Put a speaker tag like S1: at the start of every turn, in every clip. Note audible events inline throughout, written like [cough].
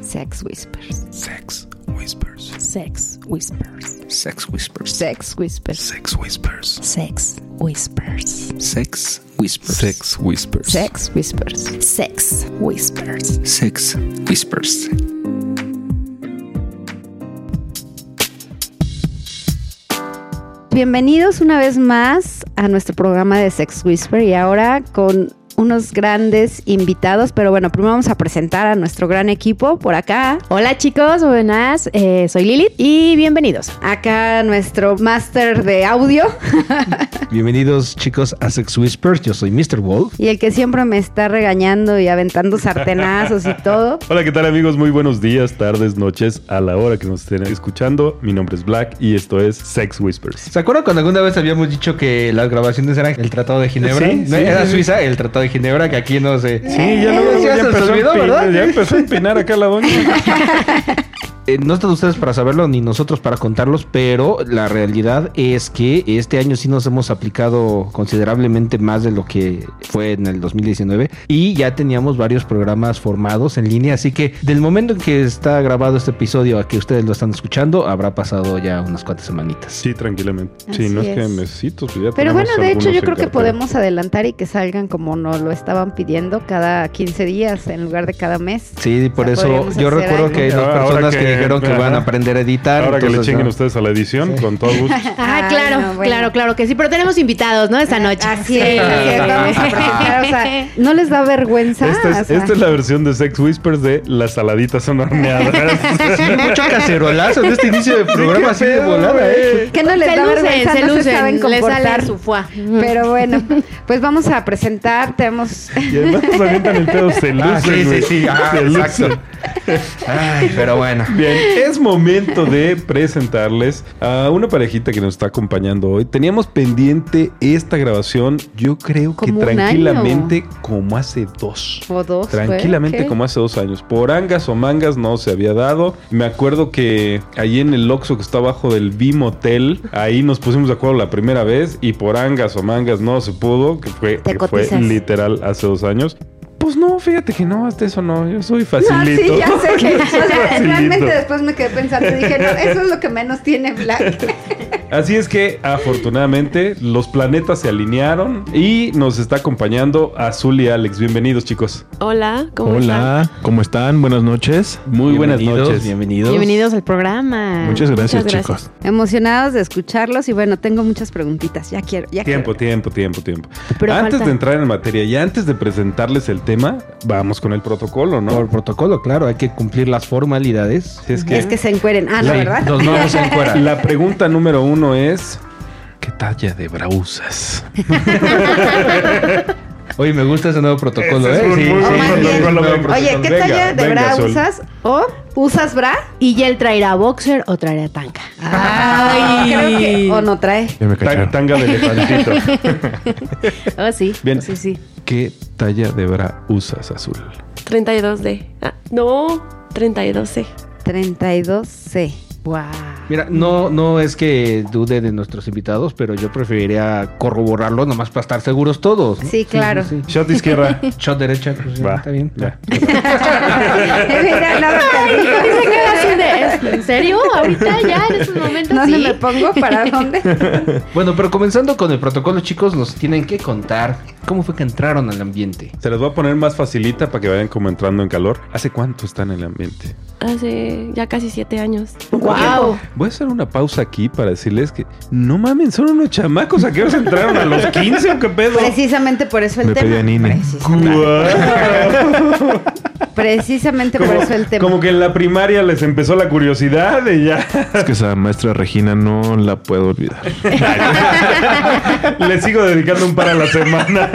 S1: Sex Whispers.
S2: Sex Whispers.
S3: Sex Whispers.
S2: Sex Whispers.
S1: Sex Whispers.
S2: Sex Whispers.
S3: Sex Whispers.
S2: Sex Whispers.
S4: Sex Whispers.
S1: Sex Whispers.
S3: Sex Whispers.
S2: Sex Whispers.
S1: Bienvenidos una vez más a nuestro programa de Sex Whisper y ahora con unos grandes invitados, pero bueno, primero vamos a presentar a nuestro gran equipo por acá.
S3: Hola chicos, buenas, eh, soy Lilith y bienvenidos.
S1: Acá nuestro máster de audio [laughs]
S4: Bienvenidos chicos a Sex Whispers, yo soy Mr. Wolf.
S1: y el que siempre me está regañando y aventando sartenazos y todo.
S5: Hola, ¿qué tal amigos? Muy buenos días, tardes, noches, a la hora que nos estén escuchando. Mi nombre es Black y esto es Sex Whispers.
S4: ¿Se acuerdan cuando alguna vez habíamos dicho que las grabaciones eran el Tratado de Ginebra?
S5: Sí,
S4: ¿No?
S5: sí,
S4: Era
S5: sí, sí.
S4: Suiza, el Tratado de Ginebra, que aquí no sé.
S5: Sí, ya,
S4: Eh,
S5: luego,
S4: ya
S5: ya,
S4: se nos
S5: empezó,
S4: olvidó,
S5: a empinar-
S4: ¿verdad?
S5: ya empezó a empinar acá la doña.
S4: Eh, no están ustedes para saberlo ni nosotros para contarlos, pero la realidad es que este año sí nos hemos aplicado considerablemente más de lo que fue en el 2019 y ya teníamos varios programas formados en línea, así que del momento en que está grabado este episodio a que ustedes lo están escuchando, habrá pasado ya unas cuantas semanitas.
S5: Sí, tranquilamente. sí,
S1: Así
S5: no es, que
S1: es.
S5: necesito. pues ya
S1: Pero
S5: tenemos
S1: bueno, de hecho
S5: algunos
S1: yo
S5: en
S1: creo que
S5: cartera.
S1: podemos adelantar y que salgan como nos lo estaban pidiendo cada 15 días en lugar de cada mes.
S4: Sí, por
S1: O sea,
S4: eso
S1: podríamos
S4: yo
S1: hacer
S4: recuerdo
S1: algo.
S4: que hay dos
S5: Ahora- ahora
S4: personas que,
S5: que-
S4: dijeron que
S5: ajá.
S4: van a aprender a editar.
S5: Ahora que le
S4: entonces, ah, [laughs]
S5: chinguen
S4: no.
S5: ustedes a la edición, con todo gusto.
S3: Ah,
S1: Ay,
S3: claro,
S1: no, bueno.
S3: claro, claro que sí, pero tenemos invitados, ¿no? Esta noche.
S1: Así
S3: [laughs]
S1: es, así
S5: [laughs]
S1: es, vamos a presentar, o sea, no les da vergüenza.
S5: Esta es,
S1: O sea,
S5: esta es la versión de Sex Whispers de Las saladitas
S3: [laughs]
S5: son horneadas.
S4: Sí, mucho cacerolazo en este inicio de programa así de volada, ¿eh?
S1: que no les
S3: Se
S1: da
S3: lucen,
S1: vergüenza,
S3: se
S1: no
S3: lucen,
S1: se saben
S3: les
S1: comportar.
S3: sale su fuá.
S1: Pero bueno, pues vamos a presentar, tenemos [laughs]
S5: y además nos avientan el pedo, se lucen,
S4: Ah, sí, sí,
S5: güey,
S4: sí, ah,
S5: se lucen.
S4: exacto. Ay, pero bueno.
S5: Bien, [laughs] es momento de presentarles a una parejita que nos está acompañando hoy. Teníamos pendiente esta grabación, yo creo que
S1: Como un
S5: tranquilamente como hace dos.
S1: o dos. fue,
S5: Tranquilamente
S1: ¿qué?
S5: como hace dos años. Por angas o mangas no se había dado. Me acuerdo que allí en el Oxxo que está abajo del Bim Hotel, ahí nos pusimos de acuerdo la primera vez y por angas o mangas no se pudo, que fue,
S1: Te
S5: que fue
S1: cotizas.
S5: literal hace dos años. Pues no, fíjate que no, hasta eso no, yo soy facilito.
S1: [laughs] No, sí, ya sé que. o sea,
S5: [laughs] Facilito.
S1: realmente después me quedé pensando y dije, no, eso es lo que menos tiene Black.
S5: Así es que afortunadamente los planetas se alinearon y nos está acompañando Azul y Alex. Bienvenidos chicos.
S6: Hola, ¿cómo están?
S7: Hola, Ah, ¿cómo están? Buenas noches.
S5: Muy buenas noches.
S4: Bienvenidos.
S3: Bienvenidos al programa.
S7: Muchas gracias,
S6: muchas
S7: chicos.
S1: Emocionados de escucharlos y bueno, tengo muchas preguntitas, ya quiero, ya
S5: Tiempo,
S1: quiero.
S5: tiempo, tiempo, tiempo.
S3: Pero
S5: antes
S3: falta-
S5: de entrar en materia y antes de presentarles el tema, vamos con el protocolo, ¿no?
S4: Por protocolo, claro, hay que cumplir las formalidades.
S5: Si es que, [laughs]
S1: Es que se encueren. Ah, no,
S4: Sí,
S1: ¿verdad? [laughs]
S4: Nos vamos en fuera.
S5: la pregunta número uno es
S7: ¿Qué talla de brausas?
S4: Oye, me gusta ese nuevo protocolo,
S5: Ese es
S4: ¿eh?
S5: un muy
S1: buen
S4: es un
S1: protocolo,
S4: nuevo
S5: buen protocolo.
S1: Oye, ¿qué
S5: Venga,
S1: talla de
S5: venga,
S1: bra
S5: Sol.
S1: usas? ¿O usas bra?
S3: Y él traerá boxer o traerá tanga.
S1: Ay, creo que o no trae.
S7: Ya me
S5: tan-
S7: cacharon.
S5: tanga de elefantito. [laughs]
S3: Oh, sí.
S5: Bien.
S3: Sí, sí.
S5: ¿Qué talla de bra usas, Azul?
S6: 32D. Ah, no, 32C.
S1: 32C.
S3: Wow.
S4: Mira, no, no es que dude de nuestros invitados, pero yo preferiría corroborarlo nomás para estar seguros todos. ¿no?
S1: Sí, claro.
S5: Shot izquierda.
S4: [laughs] Shot derecha, pues ya,
S5: Va,
S4: está bien.
S5: ya.
S1: Mira, nada perdido.
S3: Se queda así de, "¿Es- ¿En serio? ¿Ahorita ya en estos momentos?
S1: No
S3: sí.
S1: se me pongo para dónde.
S4: Bueno, pero comenzando con el protocolo, chicos, nos tienen que contar cómo fue que entraron al ambiente.
S5: Se las voy a poner más facilita para que vayan como entrando en calor. ¿Hace cuánto están en el ambiente?
S6: Hace ya casi siete años.
S3: Wow.
S5: Voy a hacer una pausa aquí para decirles que no mamen, son unos chamacos. ¿A qué hora se entraron? ¿A los 15 o qué pedo?
S1: Precisamente por eso el
S7: Me
S1: tema.
S7: pedían INE.
S1: Precisamente, precisamente por eso el tema.
S5: Como que en la primaria les empezó la curiosidad y ya
S1: [laughs]
S7: Es que esa maestra Regina no la puedo olvidar.
S5: les sigo dedicando un par a la semana.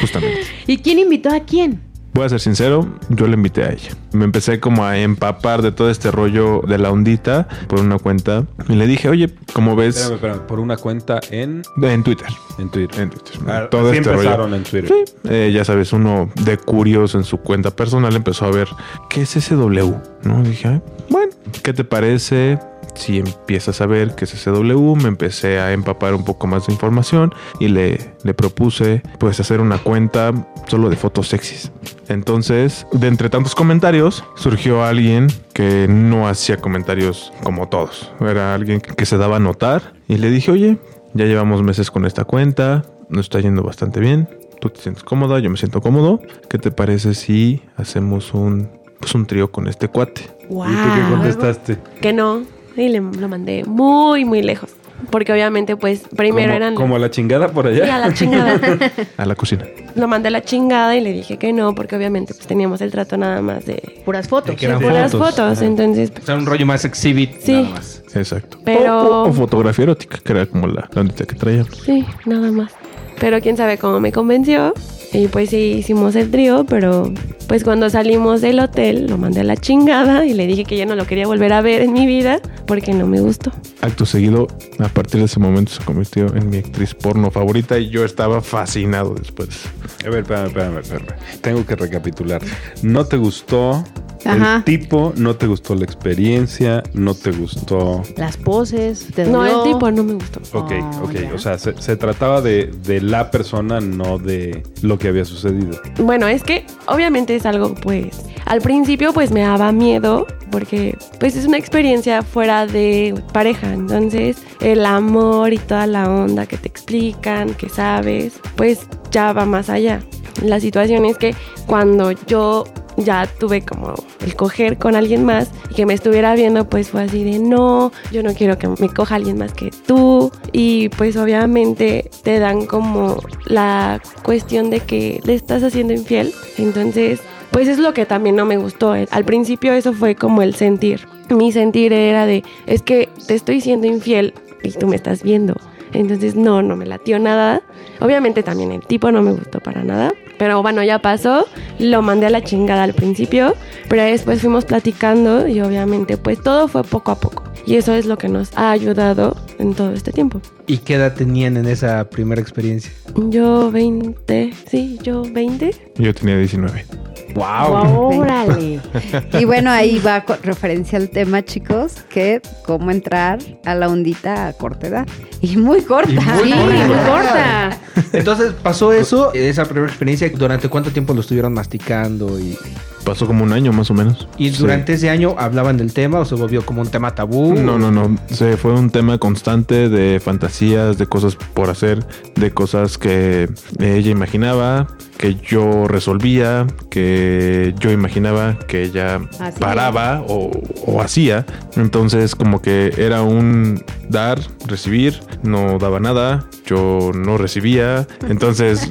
S7: Justamente.
S3: ¿Y quién invitó a quién?
S7: Voy a ser sincero, yo la invité a ella. Me empecé como a empapar de todo este rollo de la ondita por una cuenta. Y le dije, oye, como ves
S5: Espérame, espérame, por una cuenta en,
S7: en Twitter.
S5: en Twitter.
S7: En Twitter.
S5: Ah,
S7: todo
S5: así
S7: este rollo.
S5: empezaron en Twitter.
S7: Sí, eh, ya sabes, uno de curioso en su cuenta personal empezó a ver qué es SW, ¿no? Dije, "Ah, bueno, ¿qué te parece? Si empiezas a ver qué es SW, me empecé a empapar un poco más de información y le, le propuse pues hacer una cuenta solo de fotos sexys. Entonces, de entre tantos comentarios, comentarios, surgió alguien que no hacía comentarios como todos. Era alguien que se daba a notar y le dije, oye, ya llevamos meses con esta cuenta, nos está yendo bastante bien, tú te sientes cómoda, yo me siento cómodo. ¿Qué te parece si hacemos un, pues, un trío con este cuate?
S6: Wow.
S5: ¿Y tú qué contestaste?
S6: Que no. Y le, lo mandé muy, muy lejos. Porque obviamente, pues, primero
S5: como,
S6: eran...
S5: como a la chingada por allá.
S6: [laughs] Sí, a la chingada.
S4: [laughs]
S7: A la cocina.
S6: lo mandé a la chingada y le dije que no, porque obviamente pues teníamos el trato nada más de
S3: Puras fotos.
S4: De que eran
S6: por las
S4: fotos,
S6: fotos,
S4: ajá.
S6: entonces
S4: O sea, un rollo más exhibit.
S6: Sí.
S4: Nada más.
S7: Exacto.
S6: Pero-
S7: O, o- o fotografía erótica, que era como la, la ondita que traíamos.
S6: sí, nada más. Pero quién sabe cómo me convenció y pues sí hicimos el trío, pero pues cuando salimos del hotel lo mandé a la chingada y le dije que ya no lo quería volver a ver en mi vida porque no me gustó.
S7: Acto seguido, a partir de ese momento se convirtió en mi actriz porno favorita y yo estaba fascinado después.
S5: A ver, espérame, espérame, espérame. Tengo que recapitular. No te gustó
S1: Ajá.
S5: el tipo, no te gustó la experiencia, no te gustó.
S3: Las poses. te
S6: No, el
S3: dolió.
S6: tipo no me gustó.
S5: Ok,
S1: Oh,
S5: ok.
S1: ya.
S5: O sea, se, se trataba de, de la persona, no de lo que había sucedido.
S6: Bueno, es que obviamente es algo, pues, al principio pues me daba miedo porque pues es una experiencia fuera de pareja, entonces el amor y toda la onda que te explican, que sabes, pues ya va más allá. La situación es que cuando yo ya tuve como el coger con alguien más y que me estuviera viendo, pues fue así de no, yo no quiero que me coja alguien más que tú. Y pues obviamente te dan como la cuestión de que le estás haciendo infiel. Entonces, pues es lo que también no me gustó. Al principio eso fue como el sentir. Mi sentir era de es que te estoy siendo infiel y tú me estás viendo. Entonces, no, no me latió nada. Obviamente también el tipo no me gustó para nada. Pero bueno, ya pasó. Lo mandé a la chingada al principio. Pero después fuimos platicando y obviamente pues todo fue poco a poco. Y eso es lo que nos ha ayudado en todo este tiempo.
S4: ¿Y qué edad tenían en esa primera experiencia?
S6: Yo 20, sí, yo 20.
S7: Yo tenía 19.
S3: Órale.
S1: Y bueno, ahí va con referencia al tema, chicos, que cómo entrar a la ondita a corta edad. Y muy corta.
S4: Y muy
S3: Sí,
S4: corta.
S3: muy corta.
S4: [laughs] Entonces, pasó eso, esa primera experiencia. ¿Durante cuánto tiempo lo estuvieron masticando? ¿Y,
S7: Pasó como un año más o menos.
S4: y
S7: Sí.
S4: durante ese año hablaban del tema o se volvió como un tema tabú?
S7: No, no, no. Se fue un tema constante de fantasías, de cosas por hacer, de cosas que ella imaginaba, que yo resolvía, que yo imaginaba, que ella
S3: Así
S7: paraba o, o hacía. Entonces, como que era un dar, recibir, no daba nada, yo no recibía. Entonces,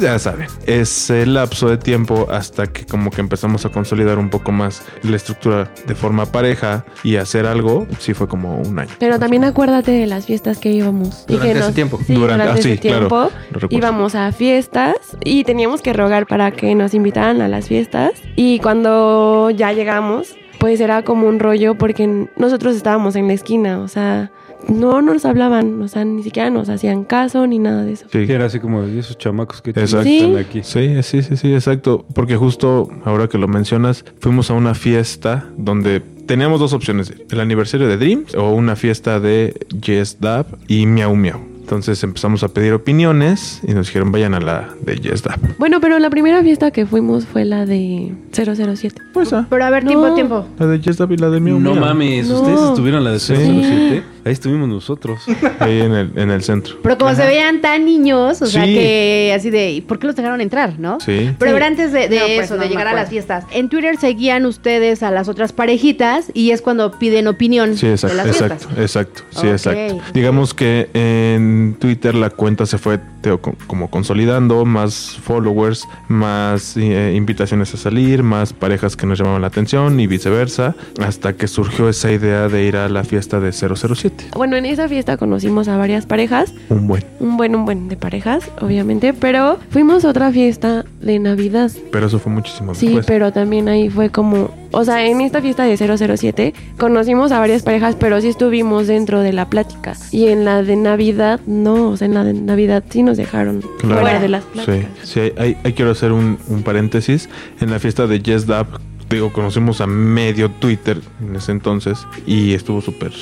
S7: ya saben, ese lapso de tiempo hasta que como que empezamos a consolidar un poco más la estructura de forma pareja y hacer algo, sí fue como un año.
S6: Pero también acuérdate de las fiestas que íbamos.
S4: Durante
S6: que
S4: ese tiempo.
S6: Sí, durante,
S7: ah,
S6: ese
S7: sí, claro,
S6: tiempo.
S7: lo recuerdo.
S6: íbamos a fiestas y teníamos que rogar para que nos invitaran a las fiestas. Y cuando ya llegamos, pues era como un rollo porque nosotros estábamos en la esquina, o sea, no nos hablaban, o sea, ni siquiera nos hacían caso ni nada de eso.
S7: Sí.
S5: Que era así como, ¿y esos chamacos que
S7: Exacto.
S5: están
S6: Sí.
S5: aquí?
S7: Sí, sí, sí, sí, exacto. Porque justo ahora que lo mencionas, fuimos a una fiesta donde teníamos dos opciones: el aniversario de Dreams o una fiesta de Yes Dab y Miau Miau. Entonces empezamos a pedir opiniones y nos dijeron vayan a la de Yes Dab.
S6: Bueno, pero la primera fiesta que fuimos fue la de 007.
S7: Pues ah,
S3: Pero a ver,
S6: No.
S3: tiempo, tiempo.
S7: la de Yes Dab y la de Miau
S5: No
S7: Miau.
S5: mames,
S6: No.
S5: ustedes estuvieron en la de
S7: Sí.
S5: 007. Ahí estuvimos nosotros.
S7: Ahí en el, en el centro.
S3: Pero como se veían tan niños, o sea
S7: Sí.
S3: que así de, ¿y ¿por qué los dejaron entrar, no?
S7: Sí.
S3: Pero
S6: Sí.
S3: a ver, antes de, de
S1: No, pues,
S3: eso,
S1: no
S3: de
S1: me
S3: llegar a
S1: acuerdo.
S3: las fiestas, en Twitter seguían ustedes a las otras parejitas y es cuando piden opinión
S7: Sí,
S3: de
S7: exacto,
S3: las
S7: exacto,
S3: fiestas.
S7: exacto, sí,
S3: Ok.
S7: exacto. Digamos que en Twitter la cuenta se fue teo, co- como consolidando, más followers, más eh, invitaciones a salir, más parejas que nos llamaban la atención y viceversa, hasta que surgió esa idea de ir a la fiesta de 007.
S6: Bueno, en esa fiesta conocimos a varias parejas
S7: Un buen.
S6: un buen, un buen de parejas, obviamente, pero fuimos a otra fiesta de Navidad.
S7: Pero eso fue muchísimo
S6: Sí,
S7: después.
S6: pero también ahí fue como, o sea, en esta fiesta de 007 conocimos a varias parejas, pero sí estuvimos dentro de la plática. Y en la de Navidad, no, o sea, en la de Navidad sí nos dejaron
S7: Claro.
S6: fuera de las
S7: Sí,
S6: pláticas.
S7: sí, ahí, ahí- ahí quiero hacer un, un paréntesis. En la fiesta de Yes Dab, digo, conocimos a medio Twitter en ese entonces y estuvo súper,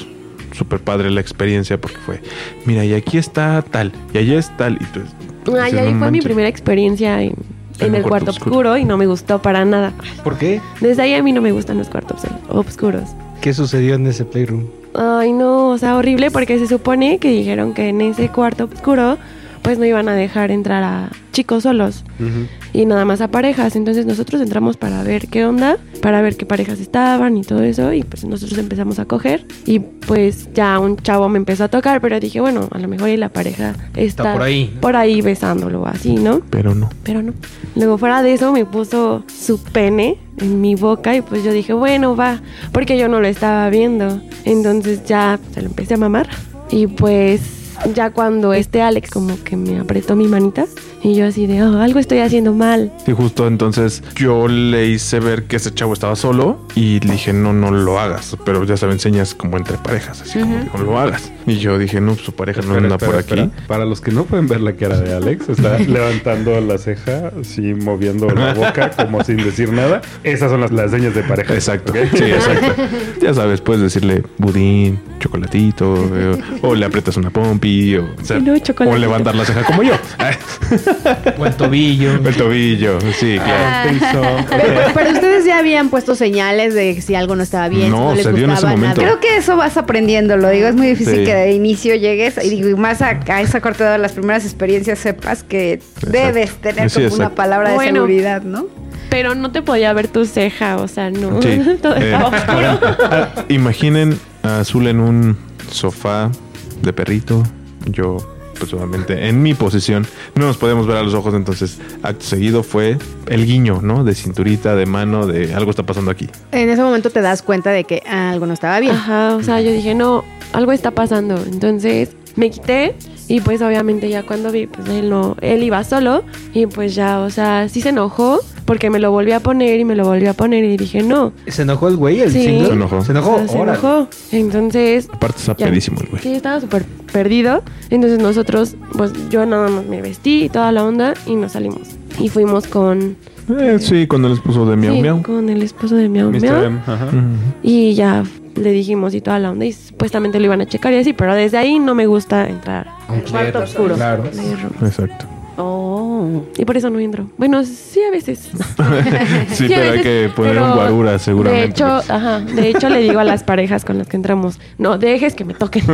S7: súper padre la experiencia porque fue, mira, y aquí está tal, y allá es tal, y tú. dices,
S6: Ay, ahí
S7: "No
S6: fue mi
S7: manches".
S6: primera experiencia en, en el cuarto oscuro y no me gustó para nada.
S4: ¿Por qué?
S6: Desde ahí a mí no me gustan los cuartos oscuros.
S4: ¿Qué sucedió en ese playroom?
S6: Ay, no, o sea, horrible porque se supone que dijeron que en ese cuarto oscuro pues no iban a dejar entrar a chicos solos y nada más a parejas. Entonces nosotros entramos para ver qué onda, para ver qué parejas estaban y todo eso y pues nosotros empezamos a coger y pues ya un chavo me empezó a tocar, pero dije, bueno, a lo mejor y la pareja está,
S4: por ahí, ¿no?
S6: por ahí besándolo así, ¿no?
S7: Pero no.
S6: pero no. Luego fuera de eso me puso su pene en mi boca y pues yo dije, bueno, va, porque yo no lo estaba viendo. Entonces ya se lo empecé a mamar y pues ya cuando este Alex como que me apretó mi manita y yo así de, oh, algo estoy haciendo mal.
S7: Y justo entonces yo le hice ver que ese chavo estaba solo y le dije, no, no lo hagas. Pero ya saben, enseñas como entre parejas, así como que no lo hagas. Y yo dije, no, pues su pareja no
S5: Espera,
S7: anda
S5: espera,
S7: por
S5: espera.
S7: aquí.
S5: Para los que no pueden ver la cara de Alex,
S7: [laughs]
S5: está levantando la ceja, así moviendo la boca como sin decir nada. Esas son las, las señas de pareja.
S7: Exacto,
S5: ¿ok?
S7: sí, exacto. Ya sabes, puedes decirle budín, chocolatito, eh, o le aprietas una pompi, o, o sea,
S6: No,
S7: o
S6: chocolatito.
S7: levantar la ceja como yo.
S4: O el tobillo.
S7: El tobillo, sí, claro.
S5: I think so.
S3: Pero, pero ustedes ya habían puesto señales de si algo no estaba bien, si
S7: No,
S3: no les
S7: se dio en ese
S3: gustaba
S7: momento.
S3: nada.
S1: Creo que eso vas aprendiendo, lo digo, es muy difícil
S7: Sí.
S1: que de inicio llegues y digo, y más a, a esa corta edad, las primeras experiencias sepas que debes tener
S7: Sí,
S1: como una
S7: exacto.
S1: palabra de
S6: Bueno.
S1: seguridad, ¿no?
S6: Pero no te podía ver tu ceja, o sea, no.
S7: Sí.
S6: [laughs] Todo
S7: Eh,
S6: estaba oscuro.
S7: ahora, ah, imaginen a Azul en un sofá de perrito. Yo, pues obviamente, en mi posición. No nos podemos ver a los ojos, entonces, acto seguido fue el guiño, ¿no? De cinturita, de mano, de algo está pasando aquí.
S3: En ese momento te das cuenta de que algo no estaba bien.
S6: Ajá, o sea, yo dije, no, algo está pasando. Entonces me quité y pues obviamente ya cuando vi, pues él no, él iba solo y pues ya, o sea, sí se enojó porque me lo volvió a poner y me lo volvió a poner y dije, no.
S4: ¿Se enojó el güey? El
S6: Sí.
S4: single?
S7: Se enojó.
S4: Se
S6: O
S4: enojó.
S6: sea, se
S4: Órale.
S6: enojó. Entonces
S7: Aparte, está
S6: Ya.
S7: pedísimo el güey.
S6: Sí, estaba súper perdido. Entonces nosotros, pues yo nada más me vestí y toda la onda y nos salimos. Y fuimos con,
S7: Eh, sí, cuando les puso de miau
S6: sí,
S7: miau.
S6: con el esposo de Miau
S5: Mr.
S6: Miau.
S5: M, ajá.
S7: Ujú.
S6: Y ya le dijimos y toda la onda y supuestamente lo iban a checar y así, pero desde ahí no me gusta entrar.
S3: Cuarto oscuro.
S4: Claro.
S6: de ropa.
S7: Exacto.
S3: Oh.
S6: Y por eso no entro. Bueno, sí a veces.
S7: [laughs] [laughs] sí,
S6: a
S7: pero hay
S6: veces,
S7: que poner
S6: pero
S7: un guarura, seguramente. pues.
S6: De hecho, ajá, de hecho le digo a las parejas con las que entramos, no dejes que
S7: [laughs]
S6: me toquen.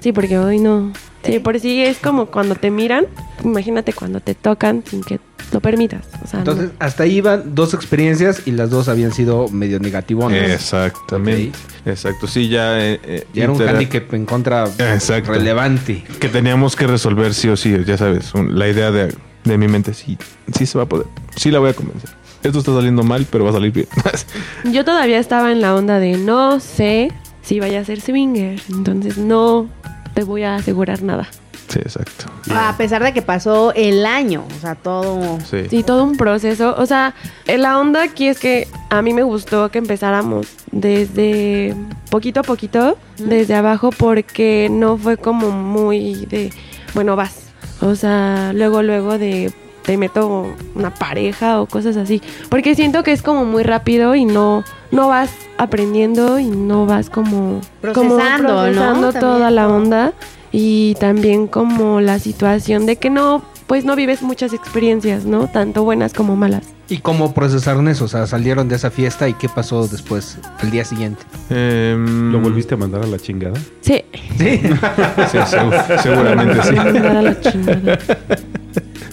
S6: Sí, porque hoy no. Sí, por sí es como cuando te miran, imagínate cuando te tocan sin que lo permitas. O sea, no.
S4: Entonces, hasta ahí iban dos experiencias y las dos habían sido medio negativonas.
S7: Exactamente. Exacto, sí, ya. eh, eh,
S4: Y era un
S7: intera-
S4: handicap en contra
S7: Exacto.
S4: relevante.
S7: que teníamos que resolver sí o sí, ya sabes, un- la idea de, de mi mente, sí, sí se va a poder, sí la voy a convencer. Esto está saliendo mal, pero va a salir bien. [laughs]
S6: yo todavía estaba en la onda de no sé si vaya a ser swinger, entonces no te voy a asegurar nada.
S7: sí, exacto.
S3: A pesar de que pasó el año, o sea, todo.
S7: Sí.
S6: Sí, todo un proceso. O sea, eh, la onda aquí es que a mí me gustó que empezáramos desde poquito a poquito, desde abajo, porque no fue como muy de, bueno, vas. O sea, luego, luego de te meto una pareja o cosas así. Porque siento que es como muy rápido y no, no vas aprendiendo y no vas como como
S3: Procesando, ¿no?
S6: procesando
S3: También.
S6: toda la onda y también como la situación de que no, pues no vives muchas experiencias, ¿no? Tanto buenas como malas.
S4: ¿Y cómo procesaron eso? O sea, salieron de esa fiesta y qué pasó después, al día siguiente.
S7: Em,
S5: ¿Lo volviste a mandar a la chingada?
S6: Sí.
S4: Sí.
S7: sí, segu- seguramente sí.
S6: [laughs] Mandar a la chingada.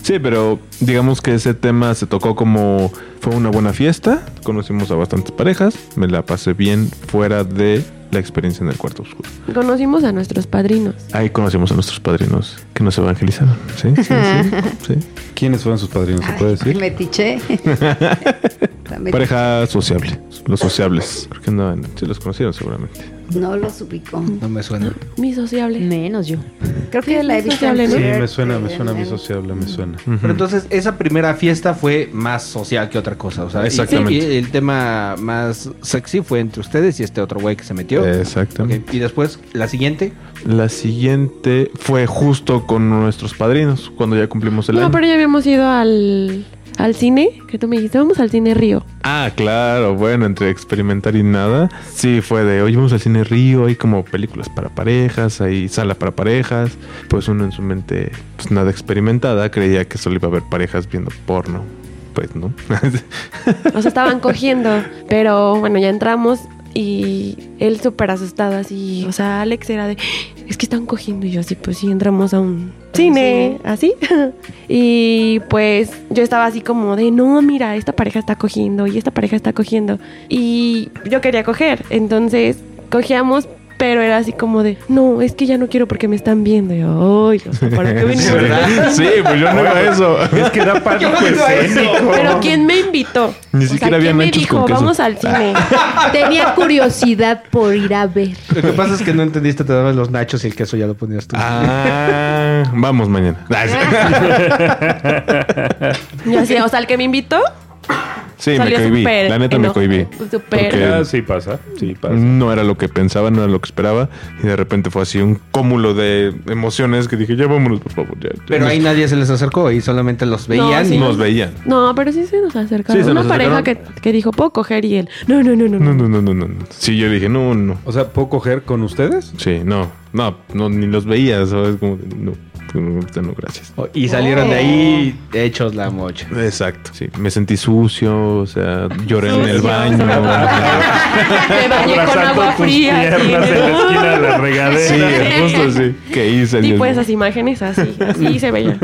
S7: Sí, pero digamos que ese tema se tocó como fue una buena fiesta, conocimos a bastantes parejas, me la pasé bien fuera de la experiencia en el cuarto oscuro.
S6: Conocimos a nuestros padrinos.
S7: Ahí conocimos a nuestros padrinos que nos evangelizaron. Sí, sí, sí. sí.
S5: ¿Quiénes fueron sus padrinos? ¿Se puede decir?
S7: [laughs]
S1: Metiche. También
S7: Pues Pareja sociable, los sociables. Creo que andaban, sí los conocieron seguramente.
S1: No los ubicó.
S4: [laughs] No me suena.
S6: Mi sociable.
S3: Menos yo.
S1: Creo que
S6: Sí,
S1: la he
S6: es
S1: visto. en
S6: sociable, ¿no?
S5: Sí,
S1: Twitter,
S5: me suena, me
S1: en-
S5: suena mi
S1: en-
S5: sociable, me suena.
S4: Pero entonces, esa primera fiesta fue más social que otra cosa. O sea, y-
S7: Exactamente.
S4: y el tema más sexy fue entre ustedes y este otro güey que se metió.
S7: Eh, Exactamente.
S4: Ok, Y después, la siguiente.
S7: La siguiente fue justo con nuestros padrinos, cuando ya cumplimos el
S6: No,
S7: año.
S6: pero ya habíamos ido al, al cine, que tú me dijiste, vamos al cine Río.
S7: Ah, claro, bueno, entre experimentar y nada. Sí, fue de hoy vamos al cine Río, hay como películas para parejas, hay sala para parejas. Pues uno en su mente, pues nada experimentada, creía que solo iba a haber parejas viendo porno. Pues
S6: [laughs]
S7: no.
S6: Nos estaban cogiendo, pero bueno, ya entramos y él súper asustado así, o sea, Alex era de, es que están cogiendo y yo así, pues sí, entramos a un cine, así. [laughs] Y pues yo estaba así como de, no, mira, esta pareja está cogiendo y esta pareja está cogiendo. Y yo quería coger, entonces cogíamos. Pero era así como de, no, es que ya no quiero porque me están viendo. Y yo, ay, o sea,
S7: [laughs]
S6: ¿para qué venimos?
S7: sí, pues yo no iba a eso.
S5: Es
S7: [laughs]
S5: que da pánico escénico.
S6: Pero ¿quién me invitó?
S7: Ni siquiera había
S6: ¿quién me
S7: nachos
S6: dijo,
S7: con queso?
S6: vamos
S7: [laughs]
S6: al cine?
S3: Tenía curiosidad por ir a ver.
S4: Lo que pasa es que no entendiste, te daban los nachos y el queso ya lo ponías tú.
S7: Ah, [laughs] vamos mañana.
S6: Yo así, o sea, el que me invitó
S7: Sí, me
S6: salió
S7: cohibí.
S6: súper
S7: La neta me
S6: enojo-
S7: cohibí.
S6: Súper.
S7: Porque-
S5: Ah, sí pasa, sí pasa.
S7: No era lo que pensaba, no era lo que esperaba. Y de repente fue así un cúmulo de emociones que dije, ya vámonos, por favor. ya, ya".
S4: Pero
S7: Nos-
S4: ahí nadie se les acercó y solamente los veían.
S6: sí.
S4: y-
S7: Nos veían.
S6: No, pero sí se nos acercaron.
S7: Sí, se
S6: Una
S7: nos
S6: pareja que,
S7: acercaron.
S6: que dijo, ¿puedo coger? Y él, no, no, no, no.
S7: No, no,
S6: no.
S7: no, no, no. no. Sí, yo dije, no, no.
S5: O sea, ¿puedo coger con ustedes?
S7: Sí, no. No, no ni los veía, ¿sabes? Como, de, no, no, no, no, gracias.
S4: Y salieron de ahí hechos la mocha.
S7: Exacto. Sí, me sentí sucio, o sea, lloré en el
S6: Sucio.
S7: baño.
S6: [laughs]
S7: [laughs]
S6: Me bañé con
S5: Abrazando
S6: agua
S5: tus
S6: fría. así,
S5: piernas en la esquina de la
S6: [laughs]
S7: sí,
S5: regadera.
S7: justo sí. ¿Qué hice?
S6: Tipo
S7: Dios mío?
S6: esas imágenes pues, así, así se veían.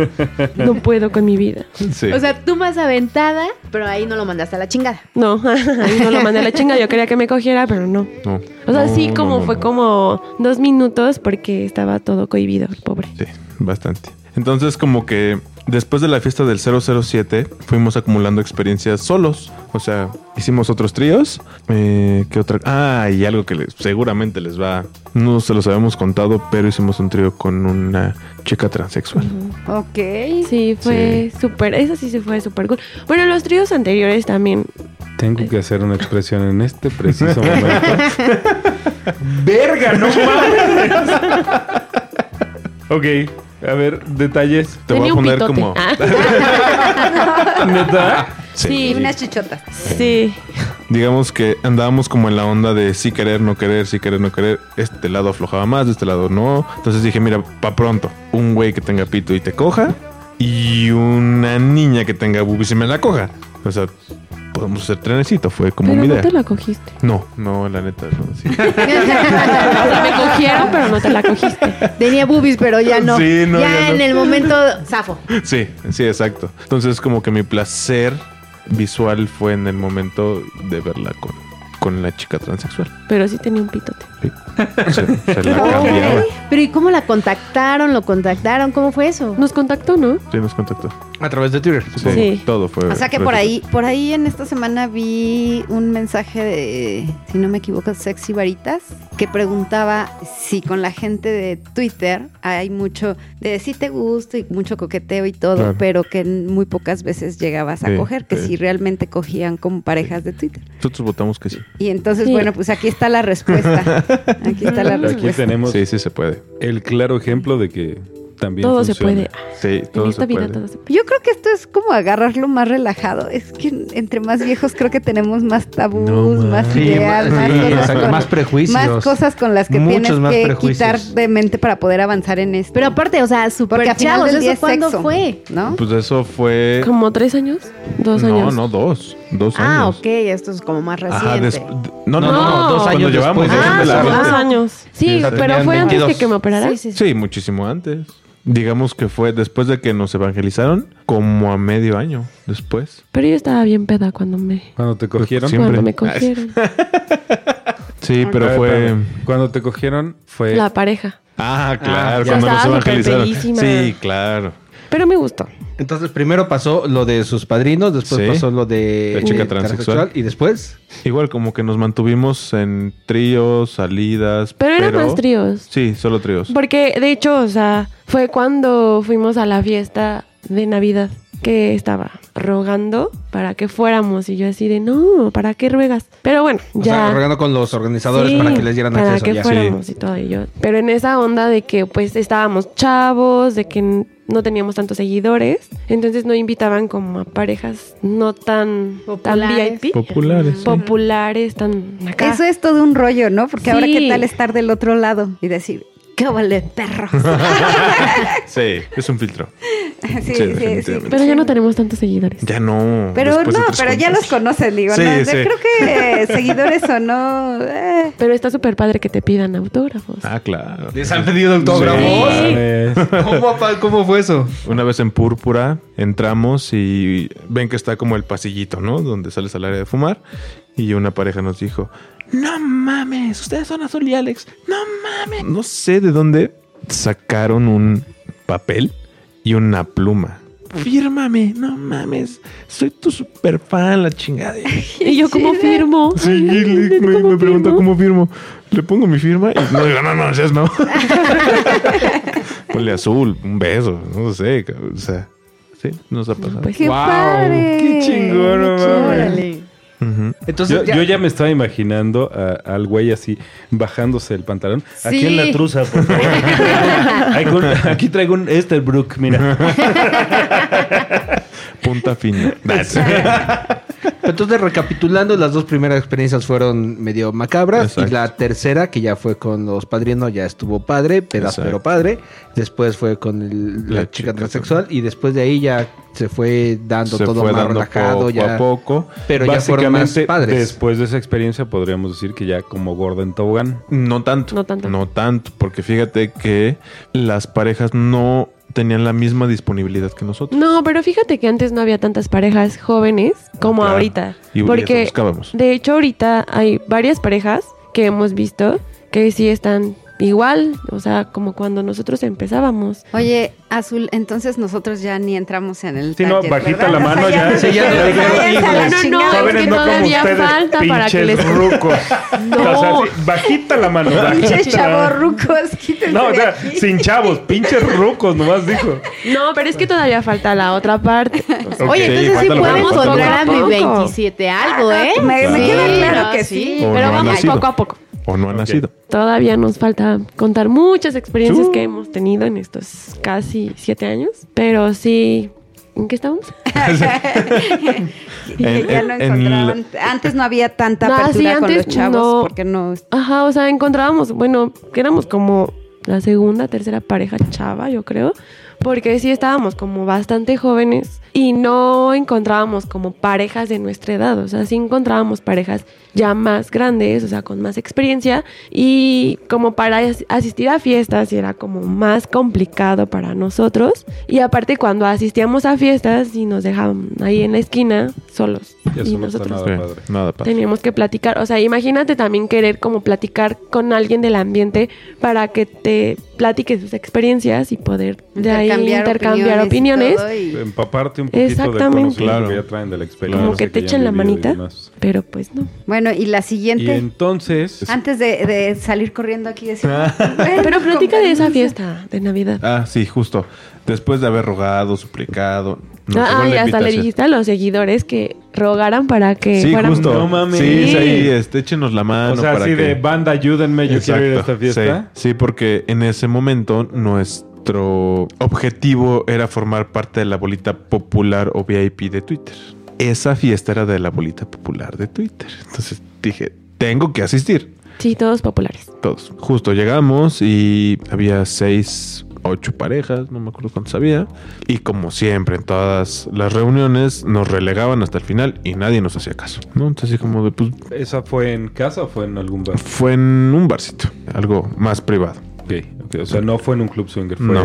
S6: No puedo con mi vida.
S7: Sí.
S3: O sea, tú más aventada, pero ahí no lo mandaste a la chingada.
S6: No, [laughs] ahí no lo mandé a la chinga. Yo quería que me cogiera, pero no.
S7: No.
S6: O sea,
S7: No,
S6: sí,
S7: no,
S6: como
S7: no,
S6: fue
S7: no.
S6: como dos minutos porque estaba todo cohibido, el pobre.
S7: Sí, bastante. Entonces, como que después de la fiesta del 007, fuimos acumulando experiencias solos. O sea, hicimos otros tríos. Eh, ¿Qué otra? Ah, y algo que les- seguramente les va. No se los habíamos contado, pero hicimos un trío con una chica transexual.
S1: Ok.
S6: Sí, fue súper. Esa sí se fue súper cool. Bueno, los tríos anteriores también.
S5: Tengo que hacer una expresión en este preciso momento. ¡Verga, no mames! ok, a ver, detalles.
S7: Te voy
S6: Tenía
S7: a
S6: un
S7: poner
S6: pitote.
S7: como. [laughs]
S6: Ah,
S5: ¿Neta?
S1: Y
S6: sí,
S1: unas chichotas.
S6: sí.
S7: Digamos que andábamos como en la onda de sí querer, no querer, sí querer, no querer. Este lado aflojaba más, de este lado no. Entonces dije, mira, pa' pronto, un güey que tenga pito y te coja y una niña que tenga boobies y me la coja. O sea, podemos hacer trenecito, fue como
S6: Pero
S7: mi
S6: no
S7: idea.
S6: te la cogiste.
S7: No, no, la neta, no. Sí, [laughs]
S6: me cogieron, pero no te la cogiste.
S3: [laughs] Tenía boobies, pero ya no.
S7: Sí, no,
S3: ya,
S7: ya no.
S3: en el momento, zafo.
S7: sí, sí, exacto. Entonces como que mi placer visual fue en el momento de verla con, con la chica transexual.
S6: Pero sí tenía un pitote.
S7: Se, se
S6: [laughs]
S7: la cambiaba.
S3: Pero ¿y cómo la contactaron? ¿Lo contactaron? ¿Cómo fue eso?
S6: Nos contactó, ¿no?
S7: Sí, nos contactó.
S4: A través de Twitter.
S7: Sí,
S6: Sí.
S7: todo fue.
S1: O sea que por ahí, por ahí en esta semana vi un mensaje de, si no me equivoco, Sexy Varitas, que preguntaba si con la gente de Twitter hay mucho de si te gusta y mucho coqueteo y todo,
S7: Claro.
S1: pero que en muy pocas veces llegabas a
S7: Sí,
S1: coger, que
S7: sí.
S1: si realmente cogían como parejas de Twitter.
S7: Nosotros votamos que sí.
S1: Y entonces,
S6: Sí.
S1: bueno, pues aquí está la respuesta. Aquí está la
S5: Aquí
S1: respuesta.
S5: tenemos
S7: Sí, sí se puede.
S5: el claro ejemplo de que también
S6: todo se
S5: funciona.
S6: puede.
S7: Sí,
S6: en
S7: todo
S6: esta
S7: se
S6: vida
S7: puede.
S6: todo se puede.
S1: Yo creo que esto es como agarrarlo más relajado. Es que entre más viejos creo que tenemos más tabús, más
S4: Sí,
S1: ideas,
S4: más-
S1: más,
S4: sí,
S1: cosas
S4: exacto,
S1: con-
S4: más prejuicios.
S1: más cosas con las que
S4: Muchos más
S1: tienes que quitar
S4: prejuicios.
S1: de mente para poder avanzar en esto.
S3: Pero aparte, o sea,
S1: Porque
S3: súper
S1: al final
S3: chavos,
S1: del día
S3: ¿eso
S1: es
S3: cuándo
S1: sexo.
S3: fue?
S1: ¿no?
S7: Pues eso fue.
S6: ¿Como tres años? ¿Dos
S7: no,
S6: años?
S7: no, dos. Dos
S3: Ah,
S7: años.
S3: ok, esto es como más reciente.
S7: Ajá, des- d- no,
S4: No,
S7: no, no, dos
S6: no, dos
S7: años
S4: años
S7: llevamos.
S4: después.
S7: dos años
S6: Ah, como
S7: después.
S6: dos años.
S7: Sí,
S6: Sí,
S7: o sea,
S6: pero
S4: tenían
S6: fue antes
S4: 22.
S6: que, que me operara.
S3: Sí, sí, sí.
S7: Sí, muchísimo antes. Digamos que fue después de que nos evangelizaron, como a medio año después.
S6: Pero yo estaba bien peda cuando me,
S5: Cuando te cogieron,
S7: Siempre. Ah,
S6: cuando me cogieron. Ah,
S7: Sí, pero
S5: Espérame,
S7: fue.
S5: espérame. Cuando te cogieron fue
S6: La pareja.
S7: Ah, claro,
S6: ya.
S7: cuando
S6: Yo
S7: nos
S6: estaba súper
S7: evangelizaron.
S6: pedísima.
S7: Sí, claro.
S6: Pero me gustó.
S4: Entonces, primero pasó lo de sus padrinos, después
S7: Sí.
S4: pasó lo de
S7: La chica
S4: eh,
S7: transexual.
S4: y después
S7: Igual como que nos mantuvimos en tríos, salidas.
S6: Pero eran más tríos.
S7: Sí, solo tríos.
S6: Porque, de hecho, o sea, fue cuando fuimos a la fiesta de Navidad. que estaba rogando para que fuéramos y yo así de no, ¿para qué ruegas? Pero bueno,
S4: O
S6: ya
S4: sea, rogando con los organizadores
S6: Sí,
S4: para que les dieran
S6: para
S4: acceso
S6: que
S4: ya.
S6: fuéramos y todo y yo- Pero en esa onda de que pues estábamos chavos, de que n- no teníamos tantos seguidores, entonces no invitaban como a parejas no tan, tan
S3: Populares.
S6: VIP,
S7: Populares. sí.
S6: populares, tan acá.
S1: Eso es todo un rollo, ¿no? Porque ahora
S6: Sí.
S1: qué tal estar del otro lado y decir, qué vale perros.
S7: Sí, es un filtro.
S1: [laughs] sí,
S7: Sí, definitivamente.
S6: Pero ya no tenemos tantos seguidores.
S7: Ya no.
S1: Pero
S7: después de
S1: no,
S7: tres
S1: pero ya los
S7: cuentas.
S1: conoces, digo,
S7: Sí,
S1: ¿no? Yo
S7: sí.
S1: creo que seguidores o no. eh.
S6: Pero está súper padre que te pidan autógrafos.
S7: Ah, claro.
S4: ¿Les han pedido autógrafos?
S5: mames.
S4: ¿Cómo, pa- ¿Cómo fue eso?
S7: Una vez en Púrpura entramos y ven que está como el pasillito, ¿no? Donde sales al área de fumar. Y una pareja nos dijo, no mames, ustedes son Azul y Alex. No mames. No sé de dónde sacaron un papel y una pluma. Fírmame, no mames. Soy tu super fan, la chingada.
S6: Y yo como firmo.
S7: Sí, y le- me, me preguntó cómo firmo. Le pongo mi firma y no digo, no, no, seas
S6: [laughs]
S7: no. Ponle azul, un beso, no sé. cabrón, O sea, sí, nos ha pasado.
S6: Pues
S1: ¡Qué
S4: Guau,
S1: padre!
S5: qué chingón, no mames.
S1: Órale.
S7: Ujú.
S4: Entonces,
S5: Yo,
S4: ya-
S5: yo ya me estaba imaginando a- al güey así bajándose el pantalón. Aquí
S1: Sí.
S5: en la truza, por
S6: [laughs]
S5: favor. Ahí con- aquí traigo un Esterbrook, mira.
S7: Punta
S6: [laughs]
S7: fina.
S4: Entonces, recapitulando, las dos primeras experiencias fueron medio macabras
S7: Exacto.
S4: y la tercera, que ya fue con los padrinos, ya estuvo padre, pedazo
S7: Exacto.
S4: pero padre. Después fue con el- la,
S7: La
S4: chica
S7: chica
S4: transexual y después de ahí ya se fue dando
S7: Se
S4: todo
S7: fue
S4: más
S7: dando
S4: relajado.
S7: poco
S4: ya.
S7: a poco.
S4: Pero ya fueron más padres.
S5: después de esa experiencia, podríamos decir que ya como Gordon Tobogán.
S7: No tanto.
S6: No tanto.
S7: No tanto, porque fíjate que las parejas no tenían la misma disponibilidad que nosotros.
S6: No, pero fíjate que antes no había tantas parejas jóvenes como
S7: Claro.
S6: ahorita.
S7: Y eso
S6: porque
S7: buscábamos.
S6: de hecho ahorita hay varias parejas que hemos visto que sí están igual, o sea, como cuando nosotros empezábamos.
S1: Oye, Azul, entonces nosotros ya ni entramos en el
S5: Sí, no,
S1: target,
S5: bajita
S1: ¿verdad?
S5: la
S1: O sea,
S5: mano
S1: [laughs]
S5: ya.
S4: Sí, ya no dijeron,
S1: váyanse a la
S6: híjole, no, no,
S1: chingada.
S6: es que todavía falta para que les- [laughs]
S5: rucos.
S6: No.
S5: O sea, sí, bajita la mano.
S1: Pinches
S5: bajita la
S1: [laughs]
S5: mano.
S1: chavorrucos, quítense
S5: No, o
S1: de
S5: sea,
S1: aquí.
S5: sin chavos, pinches rucos, nomás dijo.
S6: No, pero es que todavía falta la otra parte.
S3: Oye, entonces sí
S5: falta lo que
S3: puedo
S5: falta.
S3: encontrar a mi
S6: Poco a poco.
S3: 27 algo, ¿eh?
S1: Ah, Me-
S5: me
S3: Sí,
S1: queda claro
S3: no,
S1: que sí.
S7: O
S6: Pero
S7: no ha
S6: vamos
S7: nacido.
S6: poco a poco.
S7: O no han
S5: Ok.
S7: nacido.
S6: Todavía nos falta contar muchas experiencias
S7: Sí.
S6: que hemos tenido en estos casi siete años, pero sí. ¿En qué estábamos?
S1: Y que
S7: En-
S1: ya
S7: en-
S1: lo
S7: en
S1: encontraban. Antes no había tanta
S6: No,
S1: apertura
S6: sí,
S1: con los
S6: antes
S1: chavos
S6: no.
S1: porque no.
S6: Ajá, o sea, encontrábamos, bueno, que éramos como la segunda, tercera pareja chava, yo creo, porque sí estábamos como bastante jóvenes y no encontrábamos como parejas de nuestra edad, o sea, sí encontrábamos parejas ya más grandes, o sea, con más experiencia y como para as- asistir a fiestas era como más complicado para nosotros y aparte cuando asistíamos a fiestas y nos dejaban ahí en la esquina solos
S5: Eso
S6: y
S5: no está
S6: nosotros
S5: nada
S7: Sí,
S5: padre.
S7: Nada pasa.
S6: Teníamos que platicar, o sea, imagínate también querer como platicar con alguien del ambiente para que te platique sus experiencias y poder de ahí intercambiar opiniones,
S1: y todo, y-
S5: Empaparte un poquito
S6: Exactamente.
S5: de conocimiento
S7: Claro.
S5: que ya traen de la experiencia.
S6: Como que te
S5: ya
S6: echen
S5: han
S6: la
S5: vivido y
S6: manita.
S5: demás.
S6: pero pues no.
S1: Bueno, y la
S5: Y
S1: siguiente,
S5: entonces,
S6: Ah,
S5: Ah.
S1: antes de, de salir corriendo aquí, decir.
S7: [laughs]
S6: Pero platica de esa fiesta de Navidad.
S7: Ah, sí, justo. Después de haber rogado, suplicado. nos llegó la
S6: ah, y hasta le
S7: invitación.
S6: dijiste a los seguidores que rogaran para que
S7: Sí,
S6: fuéramos.
S7: justo.
S5: No mames.
S7: Sí, es
S5: Sí.
S7: ahí, este, échenos la mano.
S5: o sea,
S7: para
S5: así
S7: que...
S5: de banda, ayúdenme, yo quiero ir a esta
S7: Exacto,
S5: fiesta.
S7: Sí, sí, porque en ese momento nuestro objetivo era formar parte de la bolita popular o VIP de Twitter. Esa fiesta era de la bolita popular de Twitter. Entonces dije, tengo que asistir.
S6: Sí, todos populares.
S7: Todos. Justo llegamos y había seis, ocho parejas, no me acuerdo cuántas había. Y como siempre, en todas las reuniones nos relegaban hasta el final y nadie nos hacía caso. ¿no? Entonces así como de, pues,
S5: ¿Esa fue en casa o fue en algún bar?
S7: fue en un barcito, algo más privado.
S5: Ok, ok, O sea, no fue en un club swinger, fue
S7: No,